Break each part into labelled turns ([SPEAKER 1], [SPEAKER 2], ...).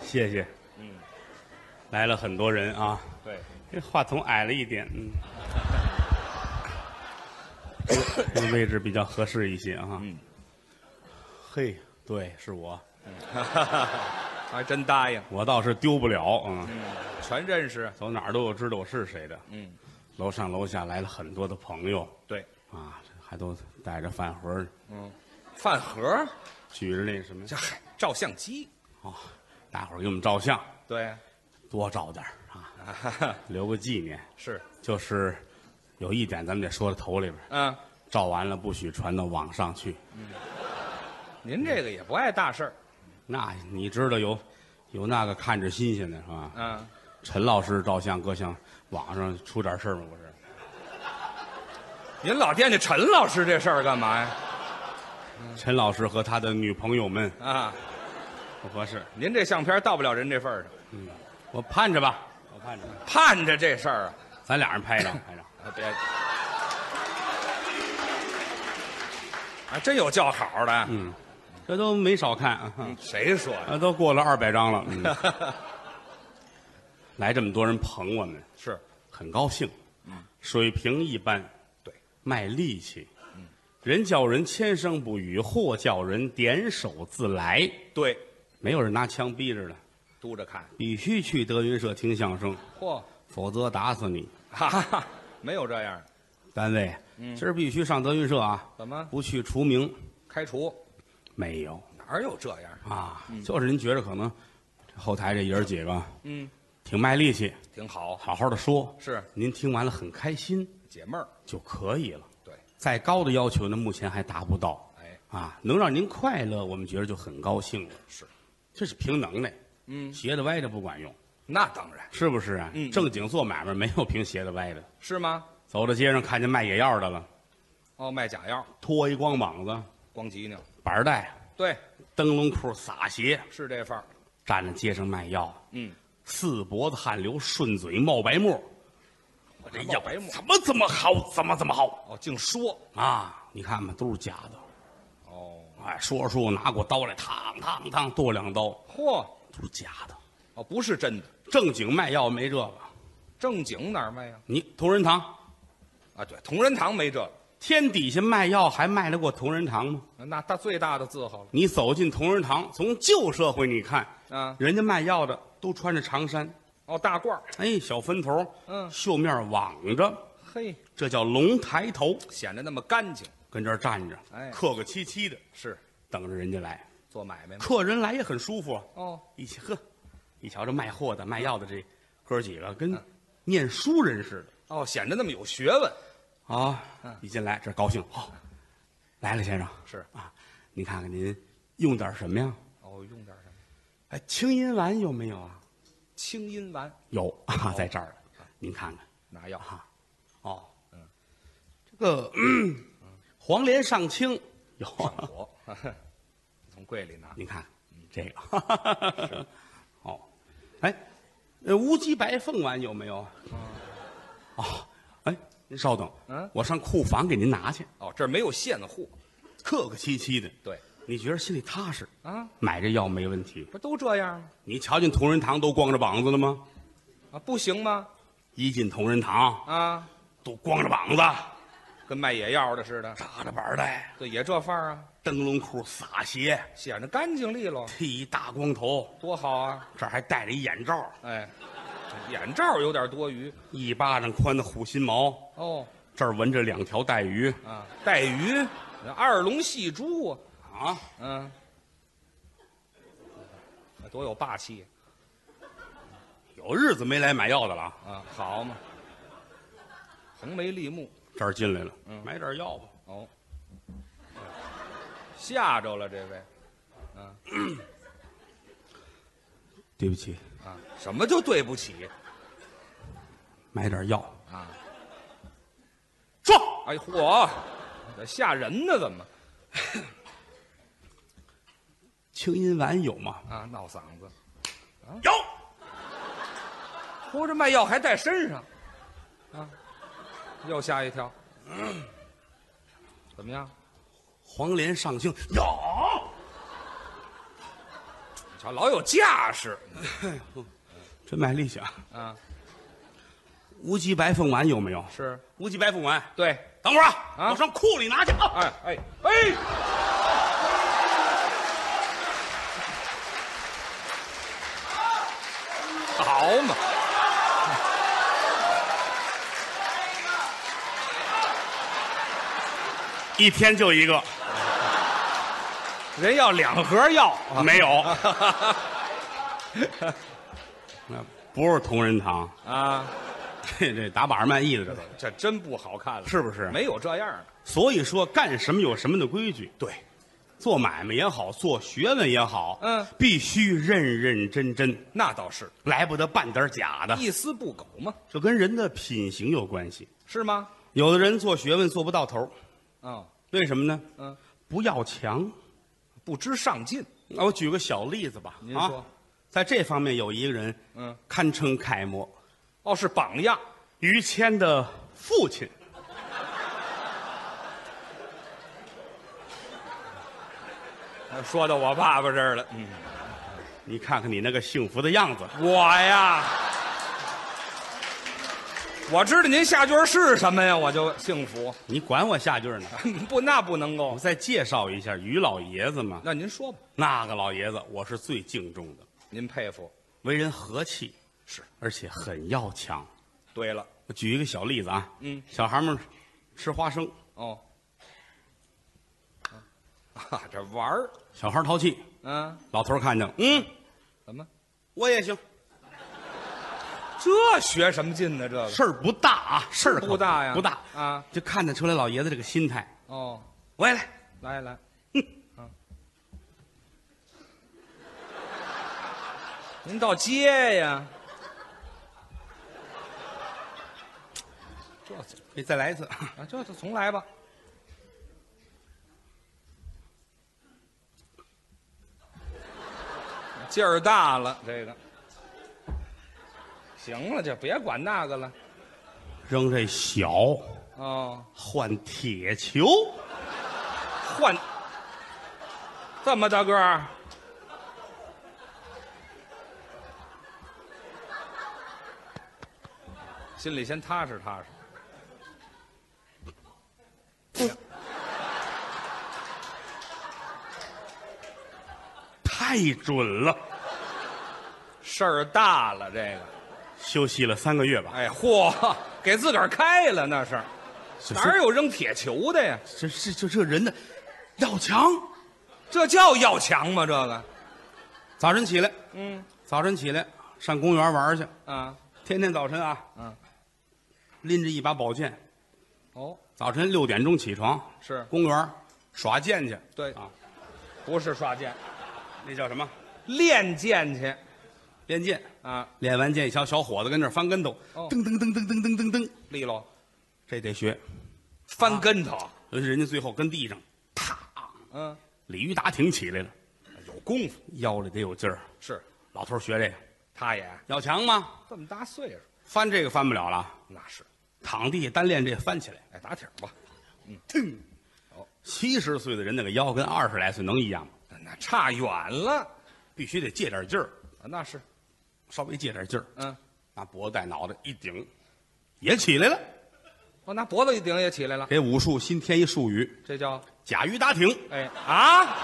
[SPEAKER 1] 谢谢。嗯，来了很多人啊。
[SPEAKER 2] 对，
[SPEAKER 1] 这话筒矮了一点，嗯，这个位置比较合适一些啊。
[SPEAKER 2] 嗯，
[SPEAKER 1] 嘿，对，是我，
[SPEAKER 2] 还真答应，
[SPEAKER 1] 我倒是丢不了，嗯，
[SPEAKER 2] 全认识。
[SPEAKER 1] 走哪儿都有知道我是谁的。
[SPEAKER 2] 嗯，
[SPEAKER 1] 楼上楼下来了很多的朋友
[SPEAKER 2] 对，
[SPEAKER 1] 啊，还都带着饭盒儿，
[SPEAKER 2] 饭盒
[SPEAKER 1] 举着那什么
[SPEAKER 2] 这嗨，照相机。
[SPEAKER 1] 啊，大伙儿给我们照相，
[SPEAKER 2] 对，
[SPEAKER 1] 多照点儿啊，留个纪念。
[SPEAKER 2] 是，
[SPEAKER 1] 就是有一点，咱们得说到头里边儿，
[SPEAKER 2] 嗯，
[SPEAKER 1] 照完了不许传到网上去。
[SPEAKER 2] 您这个也不碍大事儿。
[SPEAKER 1] 那你知道有有那个看着新鲜的是吧？
[SPEAKER 2] 嗯，
[SPEAKER 1] 陈老师照相搁像网上出点事儿吗？不是，
[SPEAKER 2] 您老惦记陈老师这事儿干嘛呀？
[SPEAKER 1] 陈老师和他的女朋友们
[SPEAKER 2] 啊，
[SPEAKER 1] 不合适，
[SPEAKER 2] 您这相片到不了人这份儿上，
[SPEAKER 1] 我盼着吧，我盼着吧，
[SPEAKER 2] 盼着这事儿啊
[SPEAKER 1] 咱俩人拍一 张，拍一张。
[SPEAKER 2] 啊，别。还啊真有叫好的，
[SPEAKER 1] 嗯，这都没少看啊，
[SPEAKER 2] 谁说的？
[SPEAKER 1] 啊都过了二百张了。嗯 来这么多人捧我们，
[SPEAKER 2] 是，
[SPEAKER 1] 很高兴。水平一般，
[SPEAKER 2] 嗯对，嗯
[SPEAKER 1] 卖力气。人叫人千声不语，货叫人点手自来。
[SPEAKER 2] 对，
[SPEAKER 1] 没有人拿枪逼着的，
[SPEAKER 2] 嘟着看。
[SPEAKER 1] 必须去德云社听相声，
[SPEAKER 2] 嚯，
[SPEAKER 1] 否则打死你。
[SPEAKER 2] 哈哈，没有这样的，
[SPEAKER 1] 单位，
[SPEAKER 2] 嗯
[SPEAKER 1] 今儿必须上德云社啊，
[SPEAKER 2] 怎么
[SPEAKER 1] 不去除名
[SPEAKER 2] 开除？
[SPEAKER 1] 没有
[SPEAKER 2] 哪有这样？
[SPEAKER 1] 啊？就是您觉着可能后台这爷儿几个
[SPEAKER 2] 嗯，
[SPEAKER 1] 挺卖力气，
[SPEAKER 2] 挺好，
[SPEAKER 1] 好好的说，
[SPEAKER 2] 是
[SPEAKER 1] 您听完了很开心
[SPEAKER 2] 解闷儿。
[SPEAKER 1] 就可以了。
[SPEAKER 2] 对，
[SPEAKER 1] 再高的要求呢，目前还达不到
[SPEAKER 2] 哎，
[SPEAKER 1] 啊，能让您快乐，我们觉得就很高兴了。
[SPEAKER 2] 是，
[SPEAKER 1] 这是凭能耐，
[SPEAKER 2] 嗯，
[SPEAKER 1] 斜的歪的不管用，
[SPEAKER 2] 那当然
[SPEAKER 1] 是不是啊？
[SPEAKER 2] 嗯嗯
[SPEAKER 1] 正经做买卖没有凭斜的歪的。
[SPEAKER 2] 是吗？
[SPEAKER 1] 走到街上看见卖野药的了，
[SPEAKER 2] 哦，卖假药，
[SPEAKER 1] 脱一光膀子，
[SPEAKER 2] 光脊梁，
[SPEAKER 1] 板儿带，
[SPEAKER 2] 对，
[SPEAKER 1] 灯笼裤，撒鞋，
[SPEAKER 2] 是这范儿。
[SPEAKER 1] 站在街上卖药，
[SPEAKER 2] 嗯，
[SPEAKER 1] 四脖子汗流，顺嘴冒白沫。
[SPEAKER 2] 我
[SPEAKER 1] 哎
[SPEAKER 2] 这
[SPEAKER 1] 呀
[SPEAKER 2] 药白，沫
[SPEAKER 1] 怎么怎么好，怎么怎么好
[SPEAKER 2] 哦，净说
[SPEAKER 1] 啊！你看吧，都是假的。
[SPEAKER 2] 哦，
[SPEAKER 1] 哎，说着说着拿过刀来，烫烫烫，剁两刀，
[SPEAKER 2] 嚯，
[SPEAKER 1] 都是假的。
[SPEAKER 2] 哦，不是真的，
[SPEAKER 1] 正经卖药没这个，
[SPEAKER 2] 正经哪儿卖呀？
[SPEAKER 1] 你同仁堂
[SPEAKER 2] 啊，对，同仁堂没这个，
[SPEAKER 1] 天底下卖药还卖得过同仁堂吗？
[SPEAKER 2] 那大最大的字号了
[SPEAKER 1] 你走进同仁堂，从旧社会你看，
[SPEAKER 2] 啊。
[SPEAKER 1] 人家卖药的都穿着长衫，
[SPEAKER 2] 哦，大褂儿，
[SPEAKER 1] 哎，小分头，
[SPEAKER 2] 嗯
[SPEAKER 1] 袖面网着，
[SPEAKER 2] 嘿，
[SPEAKER 1] 这叫龙抬头，
[SPEAKER 2] 显得那么干净，
[SPEAKER 1] 跟这儿站着，
[SPEAKER 2] 哎
[SPEAKER 1] 客客气气的
[SPEAKER 2] 是
[SPEAKER 1] 等着人家来。
[SPEAKER 2] 做买卖吗？
[SPEAKER 1] 客人来也很舒服啊，
[SPEAKER 2] 哦，
[SPEAKER 1] 一起喝，一瞧这卖货的、卖药的这哥几个跟
[SPEAKER 2] 嗯
[SPEAKER 1] 念书人似的
[SPEAKER 2] 哦，显得那么有学问，
[SPEAKER 1] 啊，
[SPEAKER 2] 嗯
[SPEAKER 1] 一进来这高兴，好、来了先生，
[SPEAKER 2] 是
[SPEAKER 1] 啊，您看看您用点什么呀？
[SPEAKER 2] 哦，用点什么
[SPEAKER 1] 哎，清音丸有没有啊？
[SPEAKER 2] 清音丸哦
[SPEAKER 1] 有啊，在这儿呢，您看看。
[SPEAKER 2] 拿药，
[SPEAKER 1] 啊，哦，嗯，这个 嗯黄连上清有，啊
[SPEAKER 2] 火， 从柜里拿。
[SPEAKER 1] 您看这个，哦，哎，呃，乌鸡白凤丸有没有啊？哦，哎，您稍等，
[SPEAKER 2] 嗯
[SPEAKER 1] 我上库房给您拿去，
[SPEAKER 2] 哦，这儿没有现货，
[SPEAKER 1] 客客气气的，
[SPEAKER 2] 对
[SPEAKER 1] 你觉得心里踏实，
[SPEAKER 2] 啊，
[SPEAKER 1] 买这药没问题。
[SPEAKER 2] 不都这样吗？
[SPEAKER 1] 你瞧见同仁堂都光着膀子了吗？
[SPEAKER 2] 啊，不行吗？
[SPEAKER 1] 一进同仁堂
[SPEAKER 2] 啊，
[SPEAKER 1] 都光着膀子，
[SPEAKER 2] 跟卖野药的似的，
[SPEAKER 1] 扎着板儿带，
[SPEAKER 2] 对，也这范儿啊，
[SPEAKER 1] 灯笼裤，撒鞋，
[SPEAKER 2] 显得干净利落，
[SPEAKER 1] 剃一大光头。
[SPEAKER 2] 多好啊！
[SPEAKER 1] 这儿还戴着一眼罩，
[SPEAKER 2] 哎，眼罩有点多余
[SPEAKER 1] 一巴掌宽的虎心毛，
[SPEAKER 2] 哦
[SPEAKER 1] 这儿纹着两条带鱼
[SPEAKER 2] 啊，带鱼，二龙戏珠啊，
[SPEAKER 1] 啊！
[SPEAKER 2] 嗯、啊多有霸气
[SPEAKER 1] 有日子没来买药的了啊，
[SPEAKER 2] 啊，好嘛，横眉立目
[SPEAKER 1] 这儿进来了，买点药吧。
[SPEAKER 2] 哦，吓着了这位
[SPEAKER 1] 对不起，
[SPEAKER 2] 啊，什么就对不起
[SPEAKER 1] 买点药。
[SPEAKER 2] 啊？
[SPEAKER 1] 说，
[SPEAKER 2] 哎嚯，吓人呢，怎么
[SPEAKER 1] 清音丸有吗？
[SPEAKER 2] 啊？闹嗓子，
[SPEAKER 1] 有。
[SPEAKER 2] 嚯，这卖药还带身上，啊，又吓一跳。怎么样？
[SPEAKER 1] 黄连上清有。
[SPEAKER 2] 瞧，老有架势
[SPEAKER 1] 真卖力气啊！
[SPEAKER 2] 啊！
[SPEAKER 1] 无极白凤丸有没有？
[SPEAKER 2] 是，
[SPEAKER 1] 无极白凤丸，
[SPEAKER 2] 对，
[SPEAKER 1] 等会儿
[SPEAKER 2] 啊
[SPEAKER 1] 啊，我上库里拿去啊！
[SPEAKER 2] 哎哎哎，好嘛！
[SPEAKER 1] 一天就一个，
[SPEAKER 2] 人要两盒药啊，
[SPEAKER 1] 没有， 那不是同仁堂，
[SPEAKER 2] 啊，
[SPEAKER 1] 这这打把儿卖艺的这都是。
[SPEAKER 2] 这真不好看了，
[SPEAKER 1] 是不是
[SPEAKER 2] 没有这样的，
[SPEAKER 1] 所以说，干什么有什么的规矩。对，做买卖也好，做学问也好，
[SPEAKER 2] 嗯，
[SPEAKER 1] 必须认认真真，
[SPEAKER 2] 那倒是
[SPEAKER 1] 来不得半点儿假的。
[SPEAKER 2] 一丝不苟嘛，
[SPEAKER 1] 这跟人的品行有关系。
[SPEAKER 2] 是吗？
[SPEAKER 1] 有的人做学问做不到头儿，
[SPEAKER 2] 嗯
[SPEAKER 1] 为什么呢？
[SPEAKER 2] 嗯，
[SPEAKER 1] 不要强。
[SPEAKER 2] 不知上进，
[SPEAKER 1] 那我举个小例子吧。
[SPEAKER 2] 您说
[SPEAKER 1] 啊，在这方面有一个人
[SPEAKER 2] 嗯，
[SPEAKER 1] 堪称楷模，
[SPEAKER 2] 哦，是榜样，
[SPEAKER 1] 于谦的父亲。
[SPEAKER 2] 说到我爸爸这儿了，嗯，
[SPEAKER 1] 你看看你那个幸福的样子，
[SPEAKER 2] 我呀，我知道您下句儿是什么呀，我就幸福，
[SPEAKER 1] 你管我下句儿呢？
[SPEAKER 2] 不，那不能够
[SPEAKER 1] 我，再介绍一下于老爷子嘛，
[SPEAKER 2] 那您说吧，
[SPEAKER 1] 那个老爷子我是最敬重的，
[SPEAKER 2] 您佩服，
[SPEAKER 1] 为人和气，
[SPEAKER 2] 是，
[SPEAKER 1] 而且很要强。
[SPEAKER 2] 对了，
[SPEAKER 1] 我举一个小例子啊，
[SPEAKER 2] 嗯，
[SPEAKER 1] 小孩们吃花生，
[SPEAKER 2] 哦，啊，这玩儿，
[SPEAKER 1] 小孩淘气，
[SPEAKER 2] 嗯，
[SPEAKER 1] 老头儿看见了，嗯，
[SPEAKER 2] 怎么？
[SPEAKER 1] 我也行，
[SPEAKER 2] 这学什么劲呢？这个
[SPEAKER 1] 事儿不大啊，事儿可
[SPEAKER 2] 不大呀，
[SPEAKER 1] 不大，
[SPEAKER 2] 啊！
[SPEAKER 1] 就看得出来老爷子这个心态。
[SPEAKER 2] 哦，
[SPEAKER 1] 我也来，
[SPEAKER 2] 来 来，啊，您倒接呀！ 这怎
[SPEAKER 1] 你哎再来一次，
[SPEAKER 2] 么啊？这就重来吧。劲儿大了，这个行了，就别管那个了。
[SPEAKER 1] 扔这小
[SPEAKER 2] 哦，
[SPEAKER 1] 换铁球，
[SPEAKER 2] 换这么大个儿，心里先踏实踏实。
[SPEAKER 1] 太准了。
[SPEAKER 2] 事儿大了，这个，
[SPEAKER 1] 休息了三个月吧，
[SPEAKER 2] 哎，嚯，给自个儿开了那是，哪儿有扔铁球的呀？
[SPEAKER 1] 这这这这人的要强。
[SPEAKER 2] 这叫要强吗？这个，
[SPEAKER 1] 早晨起来，
[SPEAKER 2] 嗯
[SPEAKER 1] 早晨起来上公园玩去，
[SPEAKER 2] 啊，
[SPEAKER 1] 天天早晨啊，
[SPEAKER 2] 嗯，
[SPEAKER 1] 拎着一把宝剑，
[SPEAKER 2] 哦，
[SPEAKER 1] 早晨六点钟起床，
[SPEAKER 2] 是
[SPEAKER 1] 公园耍剑去，
[SPEAKER 2] 对
[SPEAKER 1] 啊，
[SPEAKER 2] 不是耍剑？
[SPEAKER 1] 那叫什么？
[SPEAKER 2] 练剑去
[SPEAKER 1] 练剑。
[SPEAKER 2] 啊，
[SPEAKER 1] 练完剑，一小小伙子跟那儿翻跟头，
[SPEAKER 2] 哦
[SPEAKER 1] 噔噔噔噔噔噔噔噔，
[SPEAKER 2] 利落，
[SPEAKER 1] 这得学。
[SPEAKER 2] 翻跟头，
[SPEAKER 1] 尤其人家最后跟地上，
[SPEAKER 2] 嗯，
[SPEAKER 1] 鲤鱼打挺起来了，
[SPEAKER 2] 有功夫
[SPEAKER 1] 腰里得有劲儿。
[SPEAKER 2] 是，
[SPEAKER 1] 老头儿学这个
[SPEAKER 2] 他也
[SPEAKER 1] 要强吗？
[SPEAKER 2] 这么大岁数。
[SPEAKER 1] 翻这个翻不了了，
[SPEAKER 2] 那是，
[SPEAKER 1] 躺地单练这翻起来。
[SPEAKER 2] 哎，打挺吧，
[SPEAKER 1] 腾
[SPEAKER 2] 哦，
[SPEAKER 1] 七十岁的人那个腰跟二十来岁能一样吗？
[SPEAKER 2] 那差远了，
[SPEAKER 1] 必须得借点劲儿，
[SPEAKER 2] 啊那是，
[SPEAKER 1] 稍微借点劲儿，
[SPEAKER 2] 嗯，
[SPEAKER 1] 拿脖子带脑袋一顶，也起来了。
[SPEAKER 2] 我拿哦脖子一顶也起来了，
[SPEAKER 1] 给武术新添一术语
[SPEAKER 2] 这叫
[SPEAKER 1] “甲鱼打挺
[SPEAKER 2] 哎啊，